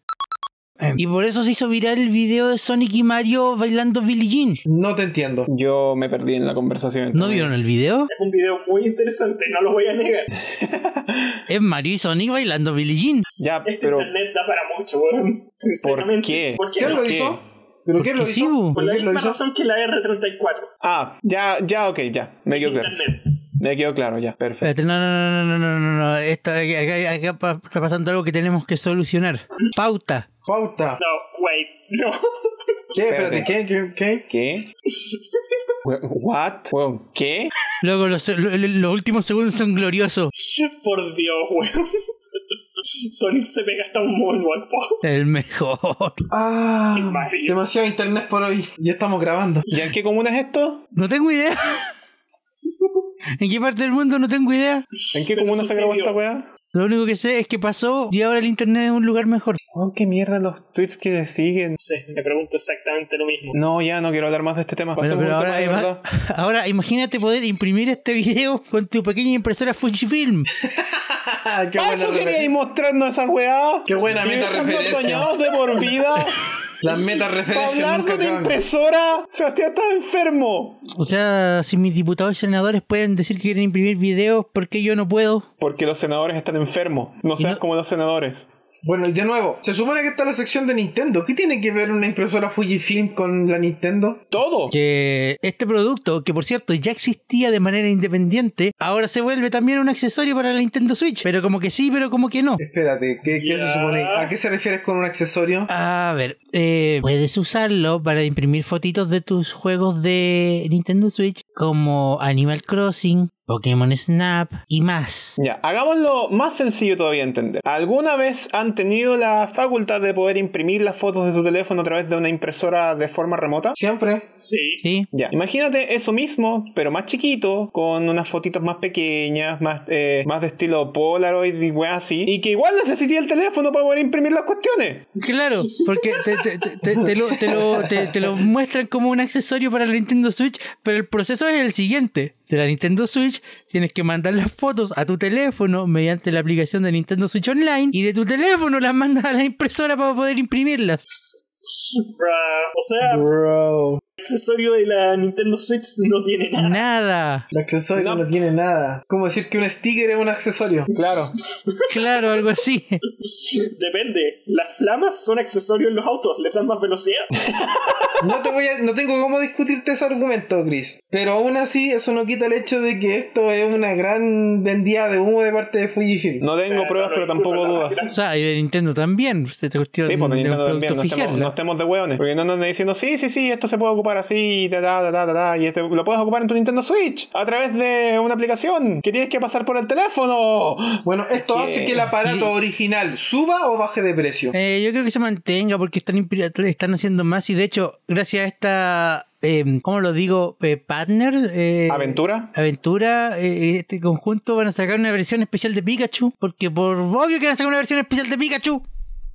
B: Em,
A: Y por eso se hizo viral el video de Sonic y Mario bailando Billie Jean.
B: No te entiendo.
D: Yo me perdí en la conversación.
A: ¿No vieron el video?
C: Es un video muy interesante, no lo voy a negar.
A: Es Mario y Sonic bailando Billie Jean.
D: Ya,
C: Este
D: pero.
C: internet da para mucho, weón. Sinceramente.
D: qué?
C: ¿Por qué
B: ¿Quién
C: no?
B: lo
D: ¿Qué?
B: hizo? ¿Pero quién lo
A: Porque sí,
B: hizo?
A: bu.
C: Por la
B: quién lo
C: misma
B: hizo?
C: razón que la R34.
D: Ah, ya, ya, ok, ya. Me quedó claro.
C: Internet.
D: Me quedó claro, ya. Perfecto.
A: Espérate, no, no, no, no, no, no, no. Esto, acá, acá- acá pa- está pasando algo que tenemos que solucionar. Pauta.
B: Pauta.
C: No, wait, no.
B: ¿Qué? Espérate, ¿qué? ¿Qué? ¿Qué?
D: ¿Qué? We- What? Weón, ¿Qué?
A: Luego, los, lo- lo- los últimos segundos son gloriosos.
C: Por Dios, weón. Sonic se pega hasta un moonwalk, po.
A: El mejor.
B: Ah,
C: Mario.
B: demasiado internet por hoy. Ya estamos grabando.
D: ¿Ya en qué comuna es esto?
A: No tengo idea. ¿En qué parte del mundo? No tengo idea.
D: ¿En qué
C: Pero
D: comuna se grabó
C: sucedió.
D: esta weá?
A: Lo único que sé es que pasó y ahora el internet es un lugar mejor.
D: Weón, Oh, qué mierda los tweets que le siguen.
C: No sé, me pregunto exactamente lo mismo.
D: No, ya no quiero hablar más de este tema.
A: Bueno,
D: Pasemos
A: pero
D: a un
A: ahora,
D: tema
A: ima-
D: de verdad.
A: ahora imagínate poder imprimir este video con tu pequeña impresora Fujifilm.
B: qué
D: ¡Ah,
B: buena
D: eso quería ir
B: referencia.
D: mostrarnos esa weá!
B: Qué buena
D: Y
B: meta
D: dejarnos
B: referencia.
D: dañados de por vida.
B: Las metas
D: Para
B: referencias
D: hablar de
B: nunca
D: una
B: acaban.
D: impresora, Sebastián está enfermo.
A: O sea, si mis diputados y senadores pueden decir que quieren imprimir videos, ¿por qué yo no puedo?
D: Porque los senadores están enfermos. No seas
A: no-
D: como los senadores.
B: Bueno, y de nuevo, se supone que está la sección de Nintendo. ¿Qué tiene que ver una impresora Fujifilm con la Nintendo?
D: Todo.
A: Que este producto, que por cierto ya existía de manera independiente, ahora se vuelve también un accesorio para la Nintendo Switch. Pero como que sí, pero como que no.
B: Espérate, ¿qué, qué se
C: Ya.
B: supone? ¿A qué se refieres con un accesorio?
A: A ver, eh, puedes usarlo para imprimir fotitos de tus juegos de Nintendo Switch como Animal Crossing, Pokémon Snap y más.
D: Ya, hagámoslo más sencillo todavía de entender. ¿Alguna vez han tenido la facultad de poder imprimir las fotos de su teléfono a través de una impresora de forma remota?
B: Siempre.
C: Sí.
A: ¿Sí?
D: Ya, imagínate eso mismo, pero más chiquito, con unas fotitos más pequeñas, más, eh, más de estilo Polaroid y weá así, y que igual necesité el teléfono para poder imprimir las cuestiones.
A: Claro, porque te, te- te- te- te lo, te, lo, te- te lo muestran como un accesorio para la Nintendo Switch, pero el proceso es el siguiente. De la Nintendo Switch tienes que mandar las fotos a tu teléfono mediante la aplicación de Nintendo Switch Online y de tu teléfono las mandas a la impresora para poder imprimirlas.
C: Bruh. O sea,
B: Bro.
C: accesorio de la Nintendo Switch no tiene nada.
A: Nada.
B: El accesorio no.
D: No.
B: tiene nada. ¿Cómo decir que un sticker es un accesorio?
D: Claro.
A: Claro, algo así.
C: Depende. Las flamas son accesorios en los autos. Le dan más velocidad.
B: No, te voy a- no tengo cómo discutirte ese argumento, Chris. Pero aún así, eso no quita el hecho de que esto es una gran vendida de humo de parte de Fujifilm.
D: No
C: O sea,
D: tengo
C: no
D: pruebas,
C: lo
D: pero
C: discuto,
D: tampoco
C: la
D: dudas.
C: verdad.
A: O sea, y de Nintendo también. Se te cuestión
D: Sí,
A: de
D: pues
A: un
D: de Nintendo
A: producto
D: también, no
A: oficial.
D: estemos, no
A: ¿no?
D: estemos de hueones. Porque no nos andan diciendo, sí, sí, sí, esto se puede ocupar así, ta, ta, ta, ta, ta, ta, y este lo puedes ocupar en tu Nintendo Switch a través de una aplicación que tienes que pasar por el teléfono.
B: Bueno, esto
D: ¿Qué?
B: hace que el aparato original suba o baje de precio.
A: Eh, yo creo que se mantenga porque están, impri- están haciendo más y de hecho, gracias a esta, eh, ¿cómo lo digo? Eh, partner. eh,
D: ¿Aventura?
A: Aventura, eh, este conjunto van a sacar una versión especial de Pikachu. Porque por obvio que van a sacar una versión especial de Pikachu.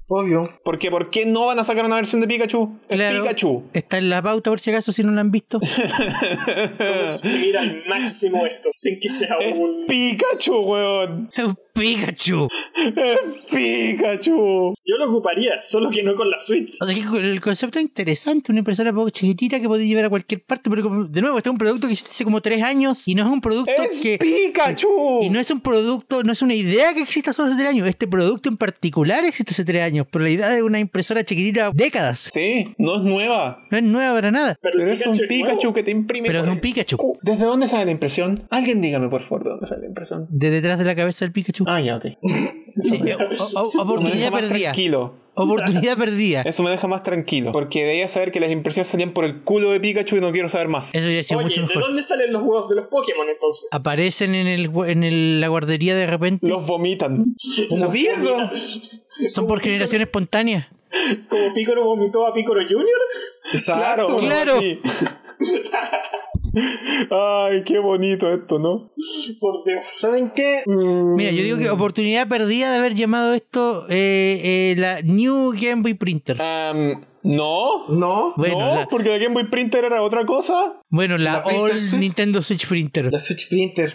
B: Obvio.
D: Porque ¿por qué no van a sacar una versión de Pikachu? Es
A: Claro.
D: Pikachu.
A: Está en la pauta por si acaso si no la han visto.
C: Cómo exprimir al máximo esto sin que sea
D: Es
C: un...
D: Pikachu, weón.
A: Pikachu.
D: Es Pikachu.
C: Yo lo ocuparía, solo que no con la Switch.
A: O sea, que el concepto es interesante, una impresora poco chiquitita que podéis llevar a cualquier parte, pero como- de nuevo, este es un producto que existe hace como tres años y no es un producto
D: Es
A: que...
D: Pikachu.
A: Y no es un producto, no es una idea que exista solo hace tres años. Este producto en particular existe hace tres años, pero la idea de una impresora chiquitita, décadas.
D: Sí, no es nueva.
A: No es nueva para nada.
C: Pero,
D: Pero
C: el
D: es un
C: es nuevo.
D: Pikachu que te imprime.
A: Pero es
D: por
A: un
D: el
A: Pikachu.
D: cu. ¿Desde dónde sale la impresión? Alguien dígame, por favor, de dónde sale la impresión.
A: De detrás de la cabeza del Pikachu.
D: Ah, ya, ok.
A: Sí, o- o-
D: Eso me
A: oportunidad
D: deja más
A: perdida.
D: tranquilo.
A: Oportunidad perdida.
D: Eso me deja más tranquilo. Porque debía saber que las impresiones salían por el culo de Pikachu y no quiero saber más.
A: Eso ya es
C: Oye,
A: mucho
C: ¿de
A: mejor.
C: dónde salen los huevos de los Pokémon entonces?
A: Aparecen en, el, gu- en el- la guardería de repente.
D: Los vomitan.
B: ¡Como pierdo!
A: Son por generación espontánea.
C: Como Piccolo vomitó a Piccolo Jr.
D: Claro,
B: Exacto.
D: uno
A: claro.
D: así. Ay, qué bonito esto, ¿no?
C: Por Dios.
B: ¿Saben qué? Mm,
A: Mira, yo digo que oportunidad perdida de haber llamado esto eh, eh, la New Game Boy Printer.
D: Ah, Am, no.
B: No.
A: Bueno,
D: no,
A: la-
D: porque la Game Boy Printer era otra cosa.
A: Bueno, la,
B: la Printer
A: All
B: Switch.
A: Nintendo Switch Printer.
B: La Switch Printer.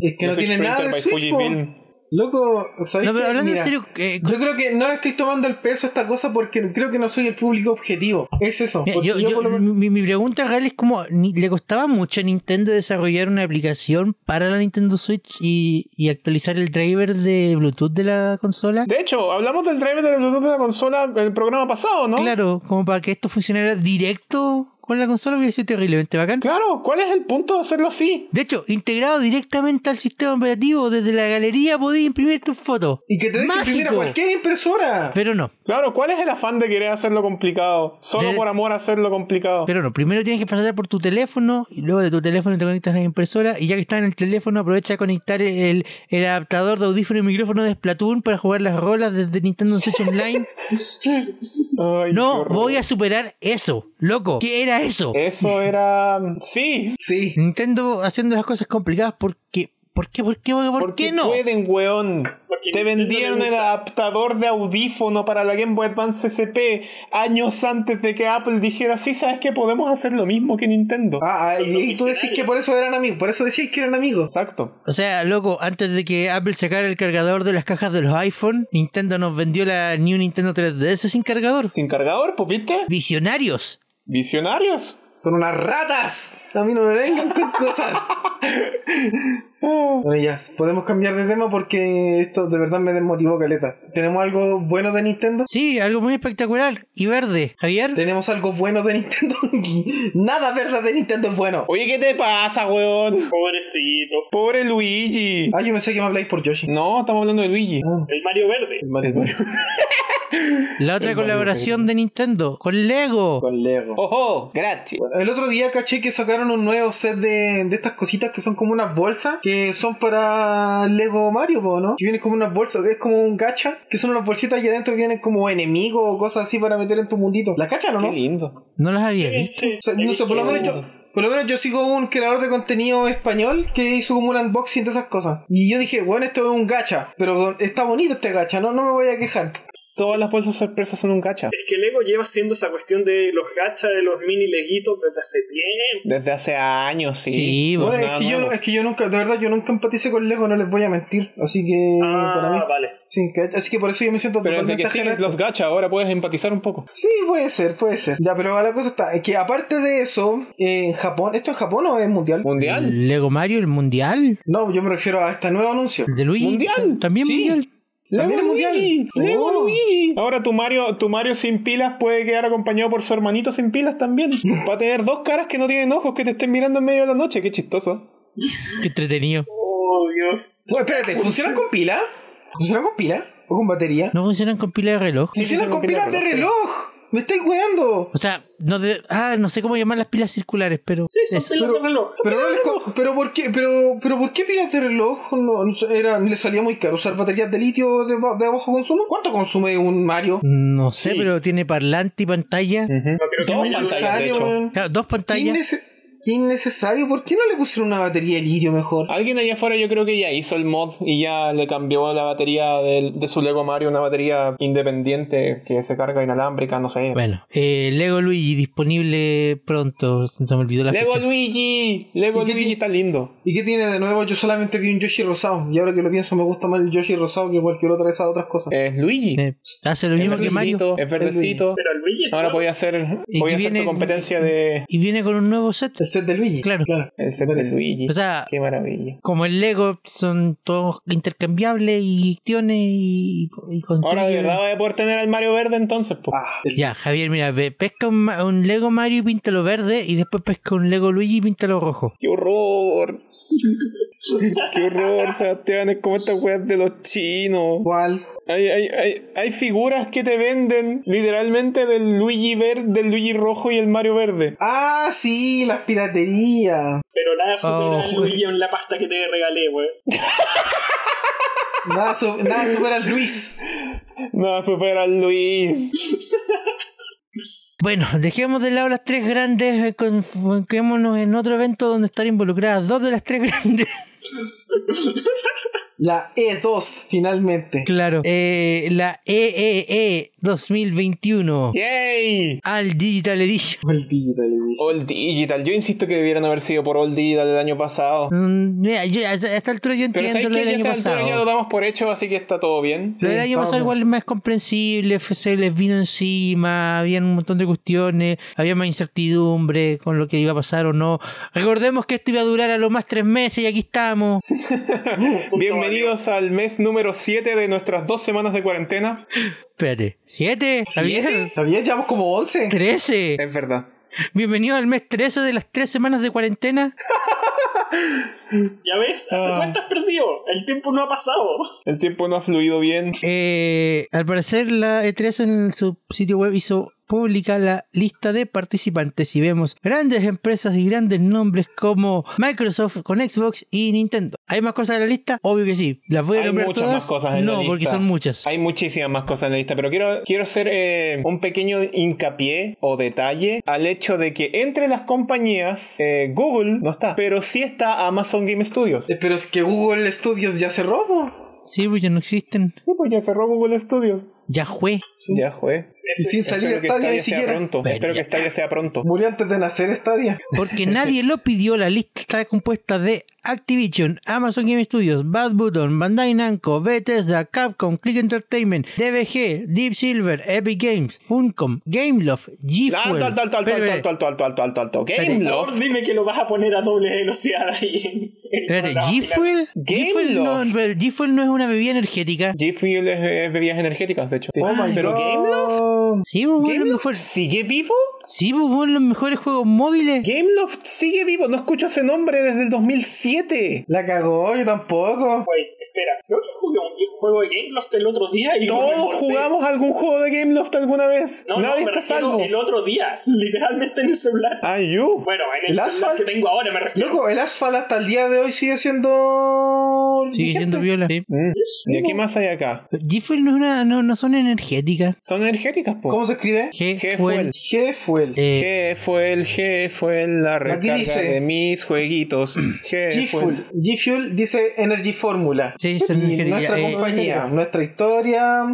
B: Es que
D: La
B: no
D: Switch
B: tiene
D: Printer
B: nada de
D: by
B: Switch, po.
D: Fujifilm.
B: Loco, ¿sabes
A: No, pero
B: qué?
A: hablando en
B: Mira,
A: serio, eh,
B: Yo creo que no le estoy tomando el peso a esta cosa porque creo que no soy el público objetivo. Es eso.
A: Mira,
B: Porque
A: yo, yo-
B: por lo menos-
A: mi, mi pregunta real es como, ni- ¿le costaba mucho a Nintendo desarrollar una aplicación para la Nintendo Switch y, y actualizar el driver de Bluetooth de la consola?
D: De hecho, hablamos del driver de Bluetooth de la consola en el programa pasado, ¿no?
A: Claro, como para que esto funcionara directo con la consola hubiera sido terriblemente bacán.
D: Claro, ¿cuál es el punto de hacerlo así?
A: De hecho, integrado directamente al sistema operativo, desde la galería podías imprimir tus fotos.
B: Y que te deje
A: ¡Mágico!
B: imprimir a cualquier impresora.
A: Pero no,
D: Claro, ¿cuál es el afán de querer hacerlo complicado? Solo
A: De-
D: por amor a hacerlo complicado.
A: pero no. Primero tienes que pasar por tu teléfono y luego de tu teléfono te conectas a la impresora y ya que estás en el teléfono aprovecha a conectar el, el adaptador de audífono y micrófono de Splatoon para jugar las rolas desde Nintendo Switch Online.
D: Ay, qué
A: No
D: horror. Eh.
A: voy a superar eso, loco. ¿Qué era eso?
D: Eso era. mm, Sí.
B: Sí.
A: Nintendo haciendo las cosas complicadas porque... ¿Por qué? ¿Por qué? ¿Por, por
D: porque
A: qué no?
D: pueden, weón.
C: Porque
D: Te
C: Nintendo
D: vendieron
C: le
D: el
C: gusta.
D: adaptador de audífono para la Game Boy Advance SP años antes de que Apple dijera, sí, sabes que podemos hacer lo mismo que Nintendo.
B: Ah, ah,
C: Son los
B: y tú decís que
C: visionarios.
B: por eso eran amigos. Por eso decís que eran amigos.
D: Exacto.
A: O sea, loco, antes de que Apple sacara el cargador de las cajas de los iPhone, Nintendo nos vendió la New Nintendo 3DS sin cargador.
D: Sin cargador, pues viste.
A: Visionarios.
D: Visionarios.
B: Son unas ratas. A mí no me vengan con cosas. Bueno, ya, podemos cambiar de tema porque esto de verdad me desmotivó, Caleta. ¿Tenemos algo bueno de Nintendo?
A: Sí, algo muy espectacular y verde. Javier,
B: ¿Tenemos algo bueno de Nintendo? Nada verdad de Nintendo es bueno.
D: Oye, ¿qué te pasa, weón?
C: Pobrecito.
D: Pobre Luigi.
B: Ah, yo pensé que me habláis por Yoshi.
D: No, estamos hablando de Luigi.
B: Ah,
C: El Mario Verde.
B: el Mario Mario.
A: la otra colaboración de Nintendo con Lego.
B: Con Lego.
D: Ojo, gracias.
B: El otro día caché que sacaron un nuevo set de, de estas cositas que son como unas bolsas que son para Lego Mario, po, ¿no? Que vienen como unas bolsas, es como un gacha, que son unas bolsitas y adentro vienen como enemigos o cosas así para meter en tu mundito. ¿La cachan o
D: Qué
B: no?
D: lindo.
A: No las había
C: Sí,
A: visto.
C: sí.
B: O sea, no sé, por lo menos yo. Por lo menos yo sigo un creador de contenido español que hizo como un unboxing de esas cosas. Y yo dije, bueno, esto es un gacha, pero está bonito este gacha, no, no me voy a quejar.
D: Todas las bolsas sorpresas son un gacha.
C: Es que Lego lleva haciendo esa cuestión de los gachas de los mini leguitos desde hace tiempo.
D: Desde hace años, sí.
A: Sí,
D: No
A: bueno,
D: es
B: Bueno,
D: pues, nada
B: es, que yo,
D: nuevo.
B: no- es que yo nunca, de verdad, yo nunca empaticé con Lego, no les voy a mentir. Así que, Mm, para mí.
C: Ah, vale.
B: Sí, ¿cachai? así que por eso yo me siento
D: Pero desde
B: totalmente
D: que
B: ajena a
D: sigues los gacha, ahora puedes empatizar un poco.
B: Sí, puede ser, puede ser. Ya, pero la cosa está, es que aparte de eso, en Japón, ¿esto en Japón o es mundial?
D: ¿Mundial?
A: Lego Mario, el mundial,
B: No, yo me refiero a este nuevo anuncio.
A: el de Luigi.
D: ¿Mundial?
A: También
B: Sí.
A: mundial.
B: También es mundial.
D: Luigi! ¡Lego
B: Oh.
D: Luigi! Ahora tu Mario, tu Mario sin pilas puede quedar acompañado por su hermanito sin pilas también. Va a tener dos caras que no tienen ojos que te estén mirando en medio de la noche. Qué chistoso.
A: Qué entretenido.
C: Oh, Dios.
B: Bueno,
D: Oh,
B: espérate, ¿funcionan con pila? ¿Funcionan con pila? ¿O con batería?
A: No funcionan con pila de reloj.
D: Sí,
B: ¡Funcionan
D: sí,
B: con
D: con pila
B: pilas de reloj! ¡Me estáis weando!
A: O sea, no de, ah, no sé cómo llamar las pilas circulares, pero
C: Sí, son
A: es-
C: pelos de
B: Pero-
C: reloj.
B: Pero no les co- pero por qué, pero, pero por qué pilas de reloj no, no sé, era, le salía muy caro usar baterías de litio de, ba- de bajo consumo? ¿Cuánto consume un Mario?
A: no sé,
D: Sí.
A: pero tiene parlante y pantalla.
C: No creo que
D: Dos
C: vaya a usar.
D: pantallas, de hecho.
B: weón.
A: Claro, dos
B: Qué
A: pantallas.
B: innece- qué innecesario, ¿por qué no le pusieron una batería de litio mejor?
D: Alguien allá afuera yo creo que ya hizo el mod y ya le cambió la batería del- de su Lego Mario a una batería independiente que se carga inalámbrica, no sé.
A: Bueno, eh, Lego Luigi disponible pronto. Se me olvidó la
D: Lego
A: fecha.
D: Luigi, Lego
B: ¿Y qué
D: Luigi
B: ti-
D: está lindo.
B: ¿Y qué tiene de nuevo? Yo solamente vi un Yoshi rosado y ahora que lo pienso me gusta más el Yoshi rosado que cualquier otra de esas otras cosas.
D: Es Luigi.
A: Eh, hace lo
D: es
A: mismo que Mario.
D: verdecito, es verdecito.
C: Pero el Luigi.
D: Ahora
C: bueno,
D: voy a hacer,
A: Y
D: voy
A: que
D: a hacer tu
A: viene-
D: competencia de
A: Y viene con un nuevo set.
B: El set de Luigi.
A: Claro.
D: el set de Luigi.
A: O sea,
D: Qué maravilla.
A: como el Lego son todos intercambiables y acciones y, y con-
D: Ahora de verdad voy a poder tener al Mario verde entonces, pues.
B: Ah, el-
A: Ya, Javier, mira, ve, pesca un, ma- un Lego Mario y píntalo verde y después pesca un Lego Luigi y píntalo rojo.
D: ¡Qué horror! ¡Qué horror, Sebastián! Es como estas weas de los chinos.
B: ¿Cuál?
D: Hay, hay, hay, hay figuras que te venden literalmente del Luigi verde, del Luigi rojo y el Mario verde.
B: Ah, sí, las piraterías.
C: Pero nada supera
A: Oh,
C: al
A: joder.
C: Luigi en la pasta que te regalé, güey.
B: Nada, su- nada supera al Luis.
D: No, supera al Luis.
A: Bueno, dejemos de lado las tres grandes, eh, confoquémonos en otro evento donde están involucradas dos de las tres grandes.
B: La E2, finalmente.
A: claro. Eh, la E EEE 2021.
D: ¡Yay!
A: Al Digital Edition.
B: Maldita Luigi.
D: All Digital. Yo insisto que debieran haber sido por All Digital el año pasado.
A: Mm, Mira, yo, a a esta altura yo
D: Pero
A: entiendo
D: sabéis
A: lo
D: que
A: del
D: ya,
A: año
D: a esta altura ya lo
A: pasado.
D: damos por hecho, así que está todo bien.
A: Lo del año
B: estamos
A: pasado
B: bien.
A: igual es más comprensible, fue- se les vino encima, había un montón de cuestiones, había más incertidumbre con lo que iba a pasar o no. Recordemos que esto iba a durar a lo más tres meses y aquí estamos.
D: Bienvenidos al mes número 7 de nuestras dos semanas de cuarentena.
A: Espérate, ¿siete? ¿Javier?
B: ¿Sabías? Llevamos como 11.
A: ¿Trece?
D: Es verdad.
A: Bienvenido al mes trece de las tres semanas de cuarentena.
C: Ya ves,
D: Ah.
C: hasta tú estás perdido. El tiempo no ha pasado.
D: El tiempo no ha fluido bien.
A: Eh, al parecer la E3 en su sitio web hizo pública la lista de participantes y vemos grandes empresas y grandes nombres como Microsoft con Xbox y Nintendo. ¿Hay más cosas en la lista? Obvio que sí. ¿Las voy a
D: Hay
A: nombrar
D: muchas
A: todas?
D: más cosas en
A: no,
D: la lista.
A: porque son muchas.
D: Hay muchísimas más cosas en la lista, pero quiero, quiero hacer eh, un pequeño hincapié o detalle al hecho de que entre las compañías eh, Google no está, pero sí está Amazon Game Studios.
B: Eh, Pero es que Google Studios ya cerró, po.
A: Sí, porque no existen.
D: Sí, pues ya cerró Google Studios.
A: Ya fue.
D: Ya, jue.
B: Y sin salir
D: Espero
B: de
D: que
B: Stadia ni
D: Stadia sea
B: siquiera.
D: pronto.
A: Ven,
D: Espero
A: ya.
D: que Stadia sea pronto.
B: Murió antes de nacer Stadia.
A: Porque nadie lo pidió. La lista está compuesta de Activision, Amazon Game Studios, Bad Button, Bandai Namco, Bethesda, Capcom, Click Entertainment, DBG, Deep Silver, Epic Games, Funcom, GameLoft,
D: Alto,
A: G-Fuel.
D: alto, alto,
A: Espera,
D: alto, alto,
A: espera.
D: alto, alto, alto, alto, alto.
C: Por favor,
D: Gameloft.
C: dime que lo vas a poner a doble velocidad ahí en, en el
A: Espérate,
C: programa final.
A: ¿G-Fuel? G-Fuel no,
D: Gameloft.
A: pero G-Fuel no es una bebida energética.
D: G Fuel es, eh, bebidas energéticas, de hecho. Sí.
B: Oh my
D: pero
B: god.
D: Gameloft.
A: Sí, pues, bueno, los
D: ¿Gameloft
A: mejores-
D: sigue vivo?
A: sí, pues, bueno, los mejores juegos móviles.
D: Gameloft sigue vivo. No escucho ese nombre desde el 2007.
B: La cagó, yo tampoco.
C: Wait, espera, creo que jugué un vi- juego de Gameloft el otro día y lo
D: Todos
C: reembolsé.
D: jugamos algún juego de Gameloft alguna vez.
C: No,
D: Nadie
C: no, me
D: está
C: refiero
D: salvo.
C: el otro día, literalmente en el celular.
D: Ay, you.
C: Bueno, en el,
B: ¿El
C: celular
B: Asphalt?
C: que tengo ahora me refiero.
B: Loco, el Asphalt hasta el día de hoy sigue siendo.
A: Sigue
B: vigente.
A: siendo viola. Sí.
D: Mm. ¿Y qué más hay acá?
A: G-Fuel no, es una- no, no son energéticas.
D: Son energéticas, po.
B: ¿Cómo se escribe?
A: G-Fuel.
B: G fuel.
A: Eh,
D: G fue el G fue el- la recarga
B: dice-
D: de mis jueguitos. G
B: G
D: fue
B: Fuel. G Fuel dice Energy Formula.
A: sí, son
B: Y
A: energéticas.
B: nuestra
A: Eh,
B: compañía, nuestra historia,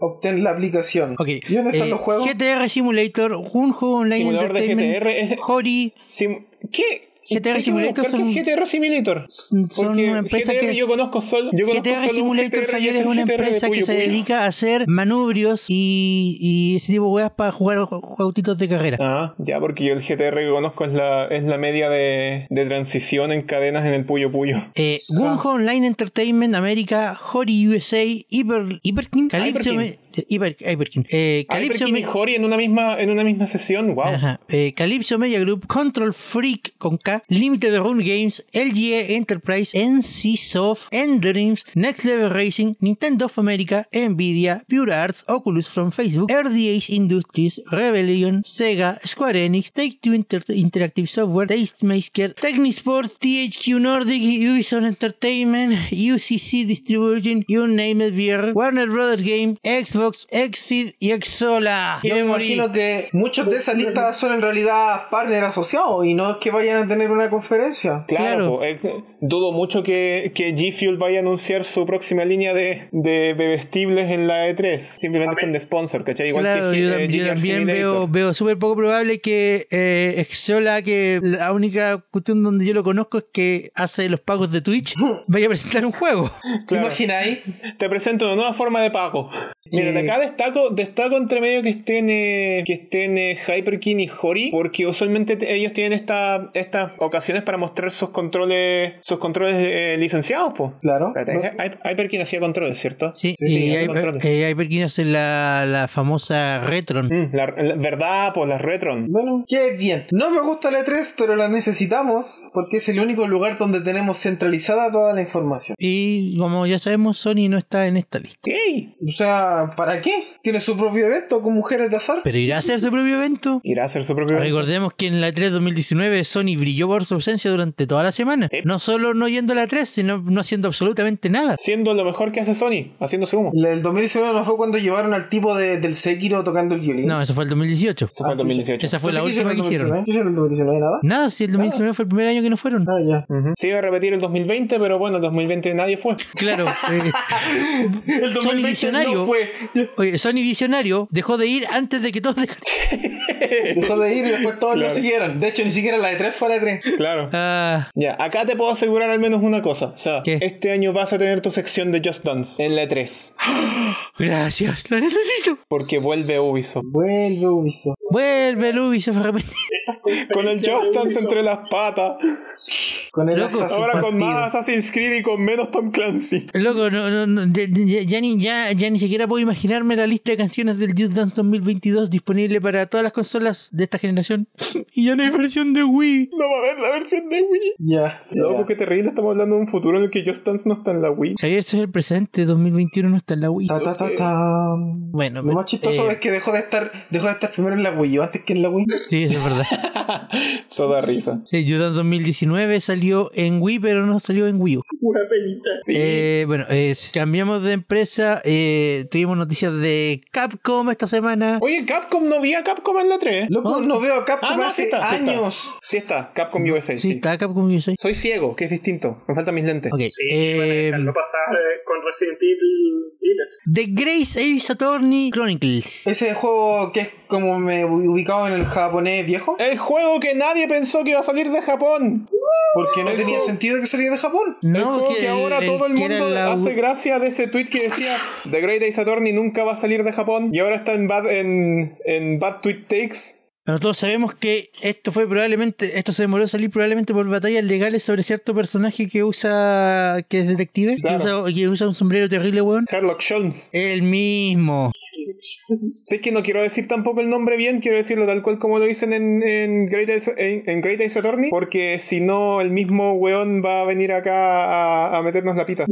B: obtén la aplicación.
A: Ok.
B: ¿Y dónde están
A: eh,
B: los juegos?
A: GTR Simulator, un juego online
D: Simulador de
A: entertainment,
D: GTR es-
A: Hori,
D: Sim- ¿Qué?
A: GTR
D: Sí,
A: Simulator
D: ¿por qué
A: son-
D: GTR Simulator.
A: son
D: Porque
A: una empresa
D: GTR
A: que es-
D: yo conozco solo. Yo conozco
A: GTR
D: solo
A: Simulator,
D: un GTR
A: Javier, es una
D: GTR de pues.
A: empresa que
D: Puyo
A: se
D: Puyo.
A: dedica a hacer manubrios y, y ese tipo de weas para jugar ju- jueguitos de carrera.
D: Ah, ya, porque yo el GTR que conozco es la, es la media de, de transición en cadenas en el Puyo Puyo.
A: Eh, Wunho Online Entertainment, América, Hori USA, Hyper, Hyperkin, Calypso,
D: Hyperkin.
A: Me- Hyper- Hyperkin. Eh, Calypso
D: Hyperkin y
A: Me-
D: Hori en una misma, en una misma sesión, wow.
A: Ajá. Eh, Calypso Media Group, Control Freak con K, Limited Run Games, LGE Enterprise, NCSoft, Endreams, Next Level Racing, Nintendo of America, Nvidia, Pure Arts, Oculus from Facebook, RDH Industries, Rebellion, Sega, Square Enix, Take Two Interactive Software, Tastemaker, Technisports, THQ Nordic, Ubisoft Entertainment, UCC Distribution, You Name It VR, Warner Brothers Game, Xbox, Exit y Exola.
B: Yo
A: Ya
B: me
A: morí.
B: imagino que muchos de esas listas son en realidad partner asociados y no es que vayan a tener una conferencia.
A: Claro.
D: Claro, po, eh, dudo mucho que, que G Fuel vaya a anunciar su próxima línea de, de bebestibles en la E3. Simplemente están de sponsor, ¿cachai? Igual
A: Claro,
D: que
A: yo, tam-
D: eh,
A: yo
D: GTR
A: también
D: Simulator.
A: veo, veo súper poco probable que eh, Exola, que la única cuestión donde yo lo conozco es que hace los pagos de Twitch, vaya a presentar un juego.
B: ¿Te
D: Claro.
B: imagináis?
D: Te presento una nueva forma de pago. Mira, de acá destaco, destaco entre medio que estén, eh, que estén eh, Hyperkin y Hori, porque usualmente te- ellos tienen esta- estas ocasiones para mostrar sus controles, sus controles eh, licenciados, pues.
B: Claro.
D: Hyperkin hacía controles, ¿cierto?
A: Sí,
B: sí,
A: y
D: hace
A: hay,
D: controles.
A: eh, hay Perkin hace la, la famosa Retron.
D: Mm, la, la- verdad, pues las Retron.
B: Bueno, qué bien. No me gusta la E3, pero la necesitamos porque es el único lugar donde tenemos centralizada toda la información.
A: Y como ya sabemos, Sony no está en esta lista.
D: ¡Ey!
B: O sea, ¿para qué? Tiene su propio evento con mujeres de azar.
A: Pero irá a hacer su propio evento.
D: Irá a hacer su propio.
A: Recordemos que en la 3 2019 Sony brilló por su ausencia durante toda la semana.
D: Sí.
A: No solo no yendo a la 3, sino no haciendo absolutamente nada.
D: Siendo lo mejor que hace Sony, haciéndose humo.
B: La- El 2019 no fue cuando llevaron al tipo de- del Sekiro tocando el violín.
A: No, eso fue el 2018.
D: Se fue el 2018.
A: Esa fue
B: Entonces,
A: la
B: ¿qué
A: última que hicieron.
B: ¿Qué hicieron el 2019? ¿Nada?
A: Nada, si el 2019 fue el primer año que no fueron.
B: Ah, ya.
D: Ujú. Se iba a repetir el 2020, pero bueno, el 2020 nadie fue.
A: Claro. eh,
B: El
A: Sony
B: 2020
A: visionario.
B: no fue.
A: oye, Sony Visionario dejó de ir antes de que todos dejaran.
B: Dejó de ir y después todos lo
D: Claro.
B: siguieron. De hecho, ni siquiera la de 3 fue la de 3.
D: Claro.
A: Ah,
D: Ya, acá te puedo asegurar al menos una cosa. O sea,
A: ¿Qué?
D: este año vas a tener tu sección de Just Dance en la E3.
A: gracias, lo necesito.
D: Porque vuelve Ubisoft.
B: Vuelve Ubisoft.
A: Vuelve el Ubisoft repente.
C: Esas
D: Con el
C: conferencias de
D: Just Dance
C: Ubisoft.
D: entre las patas.
B: Con el
A: Loco,
B: Assassin's
D: Ahora con
B: Creed.
D: más Assassin's Creed y con menos Tom Clancy.
A: Loco, no, no, no, ya, ya- ya ni, ya, ya ni siquiera puedo imaginarme la lista de canciones del Just Dance 2022 disponible para todas las consolas de esta generación. y ya no hay versión de Wii.
D: No va a haber la versión de Wii.
B: Ya.
D: Loco,
B: ya.
D: qué terrible. Estamos hablando de un futuro en el que Just Dance no está en la Wii.
A: Javier, ese es el presente. 2021 no está en la Wii.
B: Ta, ta, ta, tam.
A: Bueno,
B: Lo
A: pero,
B: más chistoso
A: eh,
B: es que dejó de estar dejó de estar primero en la Wii U antes que en la Wii.
A: Sí, eso es verdad.
D: Eso da risa.
A: Sí, Judas 2019 salió en Wii, pero no salió en Wii U.
C: Una penita.
D: Sí.
A: Eh, bueno, eh, cambiamos de empresa. eh, tuvimos noticias de Capcom esta semana.
D: Oye, Capcom, no vi a Capcom en la 3.
B: Loco,
A: Oh.
B: no veo a Capcom
D: Ah, no, sí
B: hace
D: está, sí está.
B: años.
D: Sí está, Capcom USA.
A: Sí,
D: Sí,
A: está Capcom USA.
D: Soy ciego, que es distinto. Me faltan mis lentes.
A: Ok.
C: Sí, bueno,
A: eh,
C: dejarlo pasar eh, con Resident Evil Village.
A: The Grace Ace Attorney Chronicles.
B: Ese juego que es como me ubicado en el japonés viejo,
D: El juego que nadie pensó que iba a salir de Japón.
B: porque no
D: El
B: tenía
D: juego-
B: sentido que saliera de Japón.
D: el juego que
A: el-
D: ahora todo el
A: que era
D: mundo
A: la-
D: hace gracia de ese tweet que decía The Great Ace Attorney nunca va a salir de Japón y ahora está en Bad, en, en bad Tweet Takes.
A: Bueno, todos sabemos que esto fue probablemente, esto se demoró a salir probablemente por batallas legales sobre cierto personaje que usa, que es detective,
D: Claro.
A: que, usa, que usa un sombrero terrible, weón.
D: Sherlock Jones.
A: El mismo.
D: Sé que no quiero decir tampoco el nombre bien, quiero decirlo tal cual como lo dicen en, en, Great, Ace, en, en Great Ace Attorney, porque si no, el mismo weón va a venir acá a, a meternos la pita.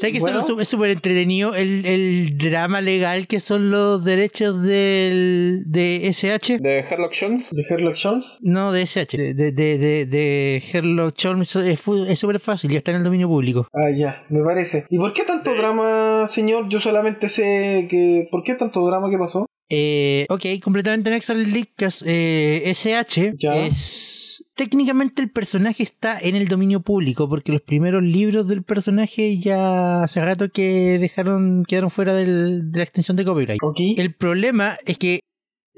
A: ¿Sabes que
B: Bueno.
A: son su- es súper entretenido el, el drama legal que son los derechos del, de SH?
D: De Sherlock Jones.
B: De Sherlock Holmes.
A: No, de SH, de, de, de, de, de Sherlock Holmes. Es fu- es súper fácil, ya está en el dominio público.
B: Ah, ya, me parece. ¿Y por qué tanto drama, señor? Yo solamente sé que... ¿Por qué tanto drama? ¿Qué pasó?
A: Eh, ok, completamente anexo al Leakcast, eh, SH
B: Ya.
A: es... Técnicamente el personaje está en el dominio público porque los primeros libros del personaje ya hace rato que dejaron quedaron fuera del- de la extensión de copyright.
B: Ok.
A: El problema es que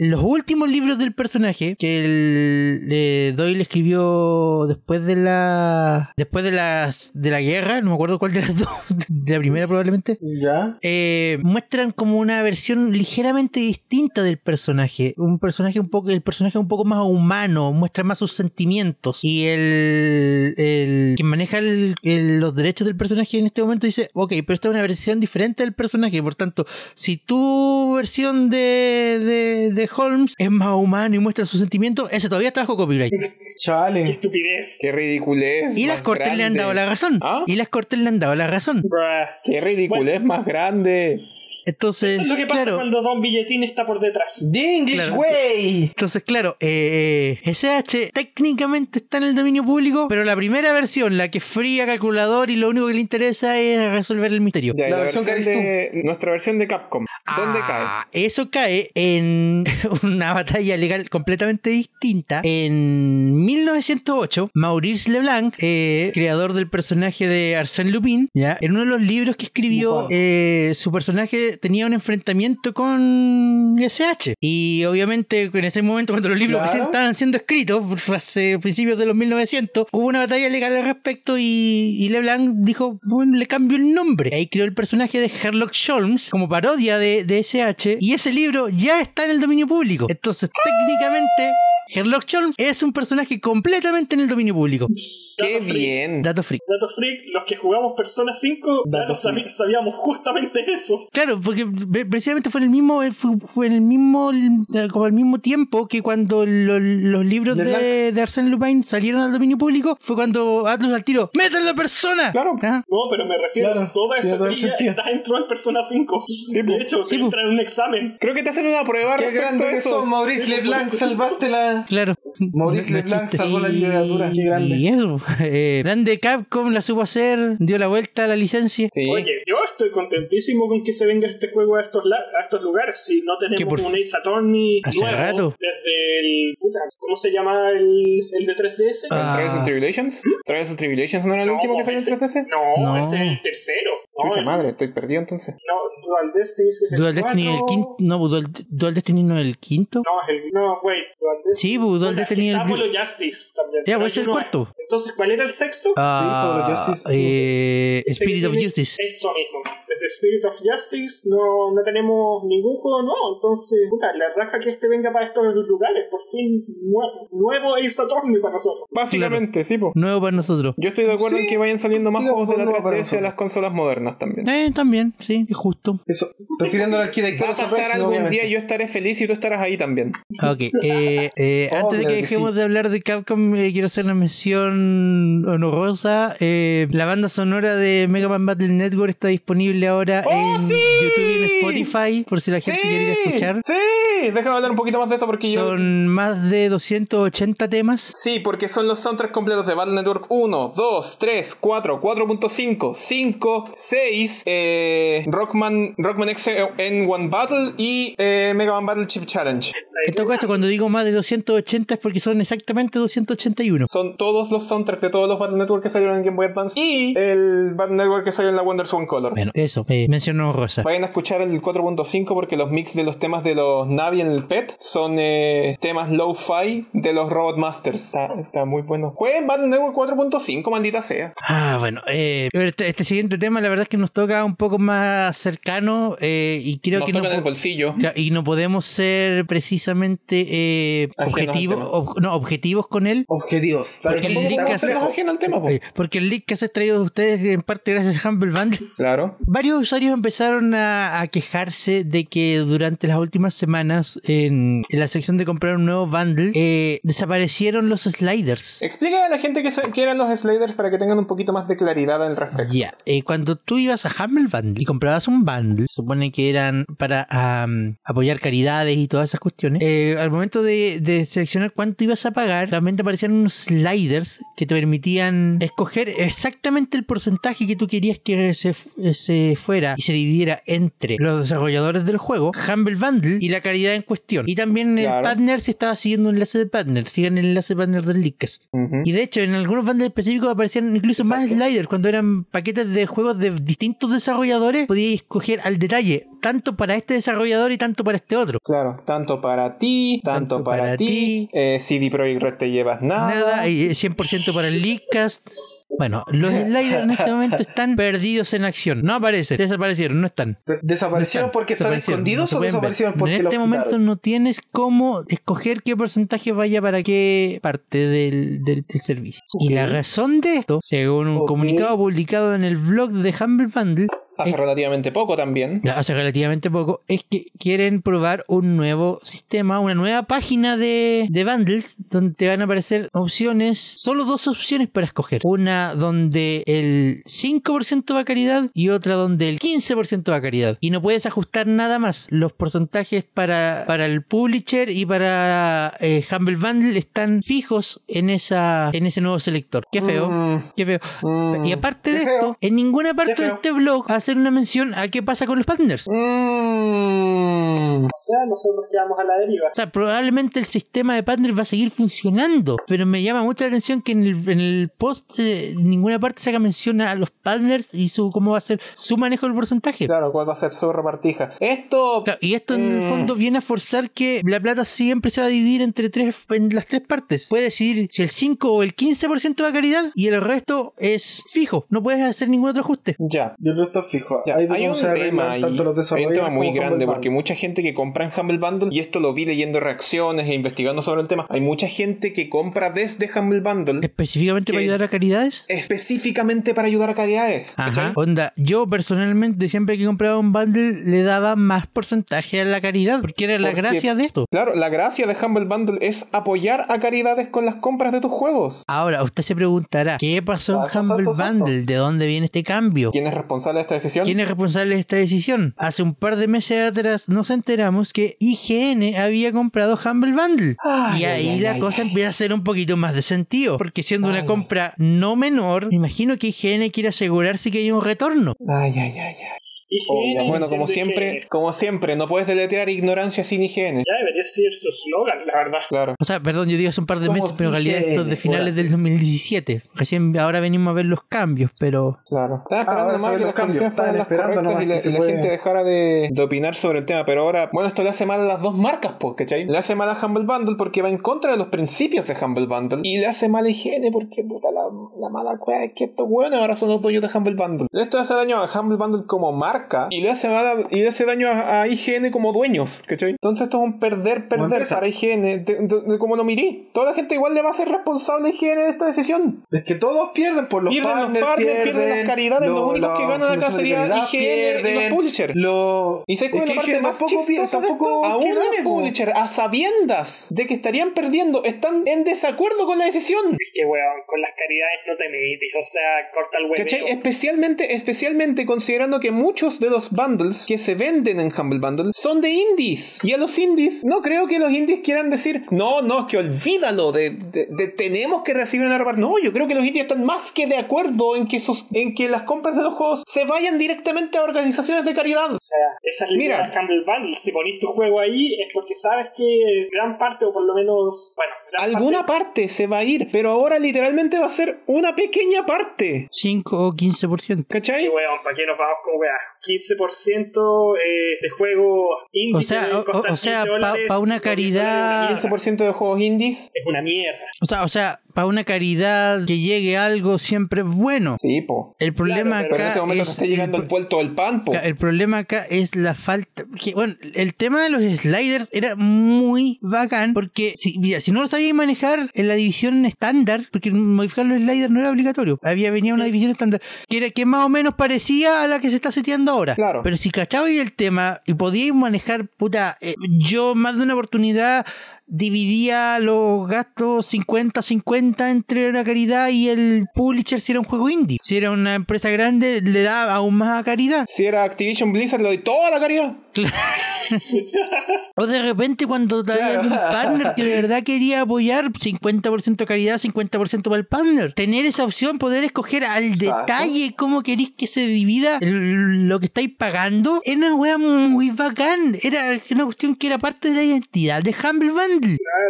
A: los últimos libros del personaje que el, le- Doyle escribió después de la después de las de la guerra, no me acuerdo cuál de las dos, de la primera probablemente,
B: Ya.
A: eh, muestran como una versión ligeramente distinta del personaje. Un personaje un poco, el personaje un poco más humano, muestra más sus sentimientos. Y el, el quien maneja el- el- los derechos del personaje en este momento dice, ok, pero esta es una versión diferente del personaje. Por tanto, si tu versión de, de, de Holmes es más humano y muestra sus sentimientos, ese todavía está bajo copyright.
D: eh,
C: ¡Qué
B: Chale.
C: estupidez!
D: Qué ridiculez.
A: Y
D: más
A: las cortes le han
D: grande.
A: dado la razón.
D: ¿Ah?
A: Y las cortes le han dado la razón.
C: Bruh.
D: Qué ridiculez más grande.
A: Entonces,
C: Eso es lo que pasa
A: claro,
C: cuando Don Billetín está por detrás.
B: The English
A: Claro.
B: Way.
A: Entonces, claro, eh, SH técnicamente está en el dominio público, pero la primera versión, la que es fría calculador y lo único que le interesa es resolver el misterio.
D: Ya,
B: La versión que
D: de, nuestra versión de Capcom. ¿Dónde cae?
A: Ah, Eso cae en una batalla legal completamente distinta. En 1908, Maurice Leblanc, eh, creador del personaje de Arsène Lupin, ¿ya? en uno de los libros que escribió,
B: Wow.
A: eh, su personaje tenía un enfrentamiento con SH. Y obviamente, en ese momento, cuando los libros
B: Claro.
A: recién estaban siendo escritos, por- hace principios de los 1900, hubo una batalla legal al respecto y, y Leblanc dijo, bueno, le cambio el nombre. Ahí creó el personaje de Sherlock Holmes como parodia de, de SH y ese libro ya está en el dominio público. Entonces, técnicamente, Sherlock Holmes es un personaje completamente en el dominio público.
D: Qué
C: Dato freak.
D: bien.
A: Dato freak.
C: Dato Freak, los que jugamos Persona 5, ya
B: Dato
C: lo sabi-
B: freak.
C: sabíamos justamente eso.
A: Claro, porque pre- precisamente fue en el mismo, eh, fue, fue en el mismo, eh, como al mismo tiempo que cuando lo- los libros
B: De
A: de, de Arsène Lupin salieron al dominio público, fue cuando Atlus al tiro, ¡Métanlo la persona! Ah,
D: Claro.
A: Ajá.
C: No, pero me refiero
B: Claro,
C: a toda
B: tiene
C: esa
B: todo el
C: trilla
B: sentido.
C: está dentro del Persona 5.
D: po.
C: de hecho,
A: Sí, po.
C: entra en un examen.
D: Creo que te hacen una prueba
B: Qué
D: respecto
B: grande
D: a
B: que
D: eso.
B: sos, Maurice
C: Sí,
B: Leblanc.
C: por eso.
B: Salvaste la.
A: Claro.
B: Maurice
A: No- no
B: Leblanc
A: existe.
B: salvó la literatura, qué grande.
A: Y eso, eh, grande Capcom la supo hacer, dio la vuelta a la licencia.
D: Sí.
C: Oye, yo estoy contentísimo con que se venga este juego a estos, la- a estos lugares. Si no
A: Que
C: tenemos
A: por-
C: un Ace Attorney
A: Hace
C: nuevo
A: rato.
C: desde el. puta, ¿Cómo se llama el, el de 3DS?
A: Ah,
D: ¿Trials and Tribulations? ¿Trials and Tribulations no era el
C: No,
D: último que salió en
C: ese-
D: 3DS?
C: No,
A: No.
C: ese es el tercero. No, eh.
D: Chucha
C: el-
D: madre, estoy perdido entonces.
C: no, Dual Destiny es el
A: Dual Destiny el
C: cuatro.
A: quinto. No, pues, Dual, Dual Destiny no el quinto.
C: No, es el. No, wait. Dual Destiny.
A: Sí, bu, Dual
C: Puta, es que
A: Destiny
C: está
A: el pri-
C: Apollo Justice también.
A: Ya,
C: pero
A: pues es
C: hay
A: el
C: uno
A: cuarto.
C: más. Entonces, ¿cuál era el sexto?
A: Ah,
B: Sí, Pablo Justice.
A: eh,
C: Ese que
A: Spirit of
C: tiene-
A: Justice.
C: Eso mismo. Desde Spirit of Justice no, no tenemos ningún juego nuevo. Entonces, puta, la raja que este venga para estos lugares. Por fin, nue- nuevo Ace Attorney para nosotros.
D: Básicamente, sí, po.
A: Nuevo para nosotros.
D: Yo estoy de acuerdo en
B: Sí,
D: que vayan saliendo más
B: sí,
D: juegos de la
B: no, para
D: 3DS a
B: nosotros.
D: las consolas modernas también.
A: Eh, también, sí, es justo.
B: Eso. Refiriéndolo al Kid
D: Va a pasar algún día y yo estaré feliz y tú estarás ahí también.
A: Ok, eh, eh,
B: Oh,
A: antes de que
B: claro que
A: dejemos de hablar de Capcom, eh, quiero hacer una mención honorosa. Eh, la banda sonora de Mega Man Battle Network está disponible ahora
D: ¡Oh,
A: en
D: sí!
A: YouTube y en Spotify, por si la gente quiere ir a escuchar.
D: Sí, déjame hablar un poquito más de eso porque yo...
A: Son más de 280 temas.
D: Sí, porque son los soundtracks completos de Battle Network 1, 2, 3, 4, 4.5, 5, 6, eh, Rockman, Rockman X en One Battle y eh, Mega Man Battle Chip Challenge.
A: En todo caso, cuando digo más de 280 es porque son exactamente 281.
D: Son todos los soundtracks de todos los Battle Network que salieron en Game Boy Advance y el Battle Network que salió en la WonderSwan Color.
A: Bueno, eso, eh, mencionó Rosa.
D: Vayan a escuchar el 4.5 porque los mix de los temas de los Navi en el PET son eh, temas low-fi de los Robot Masters. Está, está muy bueno. Jueguen Battle Network 4.5, maldita sea.
A: Ah, bueno, eh, este, este siguiente tema la verdad es que nos toca un poco más cercano eh, y creo
D: Nos
A: que
D: tocan
A: no
D: el
A: po-
D: bolsillo.
A: Claro, Y no podemos ser precisamente eh,
D: Ajenos al
A: objetivos,
D: tema.
A: ob- no, objetivos con él.
B: Objetivos.
A: Porque
B: Tampoco
A: el
D: Tampoco
A: link que
B: estamos
D: podemos
A: hace-
D: hacernos
B: lejos.
D: ajeno al tema, po.
A: Eh, Porque el link que se ha traído de ustedes en parte gracias a Humble Bundle.
D: Claro.
A: Varios usuarios empezaron a, a quejarse de que durante las últimas semanas en, en la sección de comprar un nuevo bundle eh, desaparecieron los sliders.
D: Explica a la gente que, se- que eran los Sliders para que tengan un poquito más de claridad al respecto.
A: Ya, eh, cuando tú ibas a Humble Bundle y comprabas un bundle, supone que eran para am, apoyar caridades y todas esas cuestiones, eh, al momento de, de seleccionar cuánto ibas a pagar, también te aparecían unos sliders que te permitían escoger exactamente el porcentaje que tú querías que se, fu- se fuera y se dividiera entre lo los desarrolladores del juego, Humble Bundle y la calidad en cuestión. Y también el
D: Claro.
A: partner, si estaba siguiendo un enlace de partner, sigan el enlace de partner del Leakcast.
D: Ujú.
A: Y de hecho, en algunos bundles específicos aparecían incluso más sliders. Cuando eran paquetes de juegos de distintos desarrolladores, podíais escoger al detalle, tanto para este desarrollador y tanto para este otro.
D: Claro, tanto para ti, tanto,
A: Tanto
D: para,
A: para ti.
D: ti, eh, CD Projekt Red te llevas nada.
A: Nada, y 100% para el Leakcast. Bueno, los sliders en este momento están perdidos en acción. No aparecen, desaparecieron, no están.
B: ¿Desaparecieron
A: No
B: porque están
A: desaparecieron,
B: escondidos
A: no se
B: o
A: pueden ver.
B: desaparecieron porque
A: En
B: los
A: este momento
B: quitaron?
A: no tienes cómo escoger qué porcentaje vaya para qué parte del, del- del servicio. Y la razón de esto, según un
B: Ok.
A: comunicado publicado en el blog de Humble Bundle,
D: Hace relativamente poco también.
A: hace relativamente poco, es que quieren probar un nuevo sistema, una nueva página de, de bundles donde te van a aparecer opciones, solo dos opciones para escoger. Una donde el 5% va a caridad y otra donde el 15% va a caridad. Y no puedes ajustar nada más. Los porcentajes para, para el publisher y para eh, Humble Bundle están fijos en, esa, en ese nuevo selector. Qué feo.
D: Mm,
A: Qué feo.
D: mm,
A: Y aparte de
B: Qué feo.
A: esto, en ninguna parte
B: Qué
A: de
B: feo.
A: este blog hacer una mención a qué pasa con los partners.
D: mm.
C: O sea, nosotros quedamos a la deriva.
A: O sea, probablemente el sistema de partners va a seguir funcionando, pero me llama mucho la atención que en el, en el post eh, en ninguna parte se haga mención a los partners y su cómo va a ser su manejo del porcentaje.
D: Claro, ¿cuál va a ser su repartija? Esto
A: Claro, y esto en el
D: Mm.
A: fondo viene a forzar que la plata siempre se va a dividir entre tres, en las tres partes. Puedes decidir si el 5 o el 15% va a caridad y el resto es fijo. No puedes hacer ningún otro ajuste.
D: ya.
B: Yo creo que está fijo.
D: ya.
B: Ahí
D: Hay
B: cómo
D: un
B: se arreglan
D: tema ahí,
B: tanto los
D: hay un
B: desarrolladores
D: tema muy
B: como
D: grande
B: Humble
D: porque
B: Bundle.
D: mucha gente que compra en Humble Bundle y esto lo vi leyendo reacciones e investigando sobre el tema. Hay mucha gente que compra desde Humble Bundle
A: Específicamente para
D: ¿Qué?
A: ayudar a caridades.
D: específicamente para ayudar a caridades.
A: Ajá.
D: ¿cachai?
A: Onda, yo personalmente siempre que compraba un bundle le daba más porcentaje a la caridad, porque era la
D: Porque-
A: gracia de esto.
D: Claro, la gracia de Humble Bundle es apoyar a caridades con las compras de tus juegos.
A: Ahora, usted se preguntará, ¿qué
D: Ah,
A: pasó en
B: Exacto,
A: Humble
B: exacto, exacto.
A: Bundle? ¿De dónde viene este cambio?
D: ¿Quién es responsable de esta decisión?
A: ¿Quién es responsable de esta decisión? Hace un par de meses atrás nos enteramos que IGN había comprado Humble Bundle.
D: Ay,
A: y ahí
D: ay,
A: la
D: ay,
A: cosa
D: ay.
A: empieza a hacer un poquito más de sentido. Porque siendo una
D: Ay.
A: compra no menor, me imagino que IGN quiere asegurarse que hay un retorno.
D: Ay, ay, ay, ay.
C: Y
D: Oh, bueno, como siempre, como siempre, no puedes deletrear ignorancia sin higiene.
C: Ya debería ser su slogan, la verdad.
D: Claro.
A: O sea, perdón, yo digo hace un par de
B: Somos
A: meses, pero en realidad
B: IGN,
A: esto es de finales del 2017. Recién ahora venimos a ver los cambios, pero
D: Claro.
B: Ah,
D: Estaban esperando
B: ahora
D: nomás
B: se ven
D: que
B: los
D: las
B: cambios.
D: condiciones fueran
B: Estaban
D: las
B: esperando
D: correctas
B: nomás
D: y la,
B: que se
D: y la
B: puede.
D: gente dejara de, de opinar sobre el tema. Pero ahora, bueno, esto le hace mal a las dos marcas, pues, ¿cachai? Le hace mal a Humble Bundle porque va en contra de los principios de Humble Bundle. Y le hace mal a higiene porque, puta, la, la mala cueva es que estos hueones ahora son los dueños de Humble Bundle. Esto hace daño a Humble Bundle como marca y le hace, mal a- y le hace daño a, a IGN como dueños, ¿cachai? Entonces esto es un
B: Como
D: perder, perder
B: empresa.
D: para IGN, de, de- de como lo miré. Toda la gente igual le va a ser responsable a IGN de esta decisión.
B: Es que todos pierden por los
D: Pierden los
B: partners,
D: partners, pierden las caridades, los
B: lo-
D: únicos que
B: las
D: ganan acá
B: funciones de
D: sería
B: caridad
D: IGN y los
B: pierden,
D: publishers.
B: lo-
D: ¿Y sabes
B: es
D: cuál es
B: que
D: la parte
B: IGN
D: más
B: tampoco pierde,
D: chistosa de
B: tampoco
D: esto? Aún
B: que gane,
D: los
B: po.
D: publishers, a sabiendas de que estarían perdiendo, están en desacuerdo con la decisión.
C: Es que, weón, con las caridades no te metes. O sea, corta el
D: ¿Cachai?
C: hueveo.
D: Especialmente, especialmente considerando que muchos de los bundles que se venden en Humble Bundle son de indies. Y a los indies, no creo que los indies quieran decir, no, no, es que olvídalo, de, de- de- tenemos que recibir una reparación. No, yo creo que los indies están más que de acuerdo en que, sus, en que las compras de los juegos se vayan directamente a organizaciones de caridad.
C: O sea, esa es la
D: Mira.
C: idea de Humble Bundle. Si ponís tu juego ahí es porque sabes que gran parte, o por lo menos, bueno, gran
D: Alguna
C: parte,
D: parte se va a ir, pero ahora literalmente va a ser una pequeña parte.
A: 5 o 15%.
D: ¿Cachai?
C: Sí, weón, ¿para qué nos vamos con weá? 15% eh, de juegos indie
A: O sea,
C: que
A: o-
C: costan
A: o sea,
C: 15
A: pa-
C: dólares,
A: pa una
C: 2.000
A: caridad-
C: dólares, una mierda.
D: 15% de juegos indies.
C: Es una mierda.
A: O sea, o sea, para una caridad que llegue algo siempre es bueno.
D: Sí, po.
A: El problema
D: Pero en
A: acá
D: este momento
A: es
D: se está llegando el,
A: pro-
D: vuelto del pan, po.
A: Ca- El problema acá es la falta. que, bueno, el tema de los sliders era muy bacán. Porque si, mira, si no lo sabíais manejar en la división estándar, porque modificar los sliders no era obligatorio. Había venía una división estándar que era que más o menos parecía a la que se está seteando ahora.
D: Claro.
A: Pero si cachabais el tema y podíais manejar, puta, eh, yo más de una oportunidad dividía los gastos 50-50 entre la caridad y el publisher si era un juego indie. Si era una empresa grande, le daba aún más a caridad.
D: Si era Activision Blizzard, le doy toda la caridad.
A: O de repente cuando había un partner que de verdad quería apoyar 50% caridad, 50% para el partner. Tener esa opción, poder escoger al
B: Exacto.
A: detalle cómo queréis que se divida el- lo que estáis pagando, era una wea muy bacán. Era una cuestión que era parte de la identidad de Humble Bundle.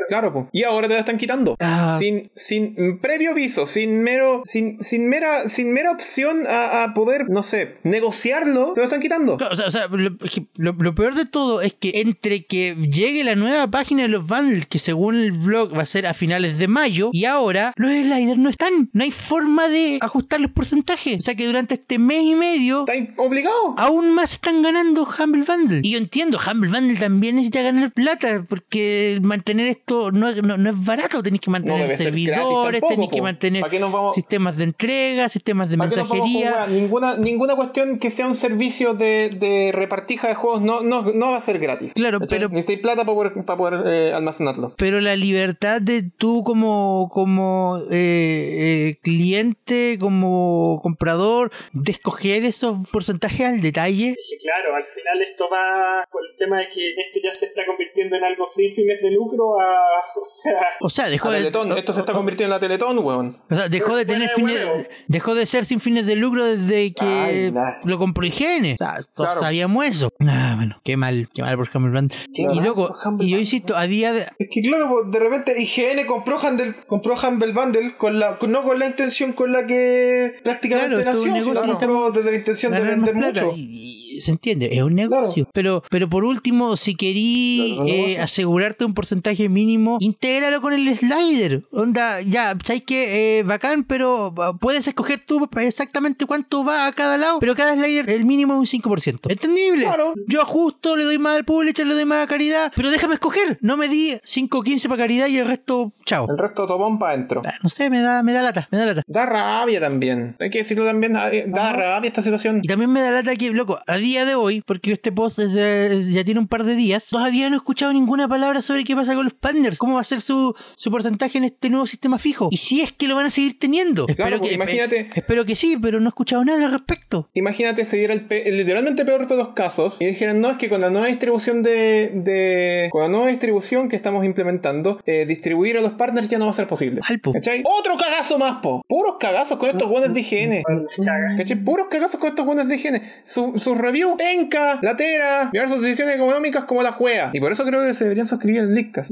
D: Claro, pues. Y ahora te la están quitando.
A: Ah.
D: Sin, sin mm, previo aviso, sin mero, sin, sin mera, sin mera opción a, a poder, no sé, negociarlo, te lo están quitando.
A: Claro, o sea, o sea, lo, que- lo- lo peor de todo es que entre que llegue la nueva página de los bundles, que según el blog va a ser a finales de mayo, y ahora los sliders no están. No hay forma de ajustar los porcentajes. O sea que durante este mes y medio
D: Están obligados.
A: aún más están ganando Humble Bundle. Y yo entiendo, Humble Bundle también necesita ganar plata, porque mantener esto no, no- no es barato. Tenés que
D: No
A: mantener
D: debe ser
A: servidores,
D: gratis tampoco,
A: tenés que
D: po.
A: mantener
D: ¿Para qué nos vamos-
A: sistemas de entrega, sistemas de
D: ¿Para qué nos vamos con
A: mensajería.
D: weá? ninguna, ninguna cuestión que sea un servicio de, de repartija de juegos no, no, no va a ser gratis.
A: Claro,
D: ¿Cachai?
A: pero-
D: Necesitáis plata para poder, para poder eh, almacenarlo.
A: Pero la libertad de tú como, como eh, eh, cliente, como comprador, de escoger esos porcentajes al detalle.
C: Es que claro, al final esto va por el tema de que esto ya se está convirtiendo en algo sin fines de lucro a... O sea,
A: O sea,
D: La
A: dejó de,
D: Teletón, esto se está convirtiendo en la Teletón, weón.
A: o sea, dejó de tener
C: Fuera de
A: fines,
C: huevo.
A: dejó de ser sin fines de lucro desde que
B: Ay, la-
A: lo compró higiene. O sea, todos
D: Claro.
A: sabíamos eso. Ah, bueno, qué mal, qué mal por Humble Band. Y
B: mal
A: loco,
B: por Humble
A: y yo
B: Band.
A: insisto, a día de,
B: Es que claro, pues, de repente IGN compró Humble, compró Humble Bundle con la, con- no con la intención con la que prácticamente
A: Claro, esto es un
B: nació, sino
A: negocio,
B: que compró desde la intención de
A: ganar
B: vender
A: más plata.
B: mucho.
A: Y- y- se entiende, es un negocio. Pero, pero por último, si querí
B: Claro, es un
A: eh,
B: negocio.
A: asegurarte un porcentaje mínimo, intégralo con el slider. Onda, ya, sabes que bacán, pero ah, puedes escoger tú exactamente cuánto va a cada lado, pero cada slider el mínimo es un 5%. ¿Entendible?
D: Claro.
A: Yo ajusto, le doy más al publisher, le doy más a caridad, pero déjame escoger. No me di 5 15 para caridad y el resto, chao.
D: El resto tomón para adentro.
A: Ah, No sé, me da, me da lata, me da lata.
D: Da rabia también. Hay que decirlo también, eh,
A: Ah.
D: da rabia esta situación.
A: Y también me da lata que, loco, a día de hoy, porque este post es de- ya tiene un par de días, todavía no he escuchado ninguna palabra sobre qué pasa con los partners, cómo va a ser su, su porcentaje en este nuevo sistema fijo. Y si es que lo van a seguir teniendo. espero
D: pues,
A: que, eh,
D: imagínate.
A: espero que sí, pero no he escuchado nada al respecto.
D: Imagínate se diera el pe- el literalmente peor de los casos y dijeran, no, es que con la nueva distribución de... de- con la nueva distribución que estamos implementando, eh, distribuir a los partners ya no va a ser posible.
A: Al po.
D: ¿Cachai? Otro cagazo más, po. Puros cagazos con estos guanes de IGN.
C: caga.
D: ¿Cachai? Puros cagazos con estos guanes de IGN. Su, su review, penca, latera, llevar sus decisiones económicas como la juega. Y por eso creo que se deberían suscribir al Leadcast.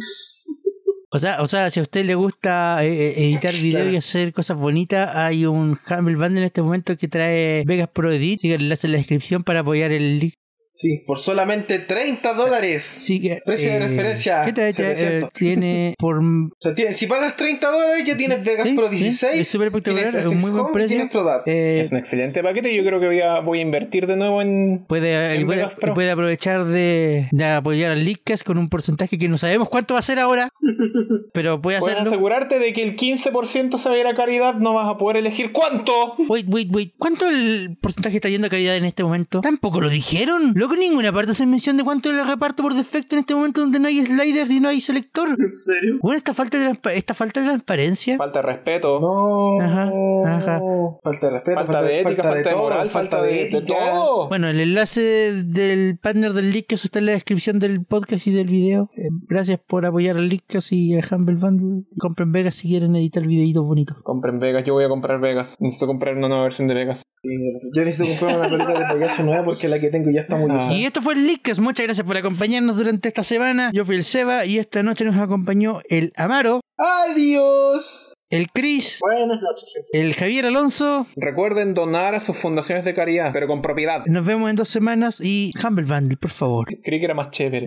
A: O sea, o sea, si a usted le gusta eh, eh, editar video y hacer cosas bonitas, hay un Humble Band en este momento que trae Vegas Pro Edit. Sigue el enlace en la descripción para apoyar el link.
B: Sí, por solamente 30 dólares.
A: Sí, que,
B: Precio de referencia,
A: ¿Qué trae? Trae, eh,
B: 700.
A: tiene por
B: O sea, tienes- si pagas 30 dólares ya tienes Vegas
A: Sí,
B: Pro
A: sí,
B: 16.
A: es súper espectacular,
B: tienes
A: es un muy
B: FX
A: buen
B: Home,
A: precio.
B: tienes Pro Data.
A: Eh,
D: Es un excelente paquete y yo creo que voy a, voy a invertir de nuevo en...
A: puede,
D: en
A: puede-
D: Vegas Pro.
A: puede aprovechar de, de apoyar al Leadcast con un porcentaje que no sabemos cuánto va a ser ahora, pero puede
D: Pueden
A: hacerlo.
D: asegurarte de que el 15% se va a ir a caridad, no vas a poder elegir cuánto.
A: Wait, wait, wait. ¿Cuánto el porcentaje está yendo a caridad en este momento? Tampoco lo dijeron. Loco, en ninguna parte hace mención de cuánto le reparto por defecto en este momento donde no hay sliders y no hay selector.
C: ¿En serio?
A: Bueno, esta falta de, transpa- esta falta de transparencia.
D: Falta de respeto.
B: No.
A: Ajá, ajá.
B: Falta de respeto,
D: Falta, de ética, falta de,
B: todo,
D: moral, falta de, de todo.
A: Bueno, el enlace del partner del Leadcast está en la descripción del podcast y del video. Eh, gracias por apoyar al Leadcast y a Humble Bundle. Compren Vegas si quieren editar videitos bonitos.
D: Compren Vegas, yo voy a comprar Vegas. Necesito comprar una nueva versión de Vegas.
B: Yo necesito comprar una película de Pegaso nueva porque la que tengo ya está muy
D: Ah.
B: usada.
A: Y esto fue el Leadcast. Muchas gracias por acompañarnos durante esta semana. Yo fui el Seba y esta noche nos acompañó el Amaro,
B: Adiós.
A: el Chris,
C: Buenas noches, gente.
A: el Javier Alonso.
D: Recuerden donar a sus fundaciones de caridad, pero con propiedad.
A: Nos vemos en dos semanas y Humble Bundle, por favor.
D: Creí que era más chévere.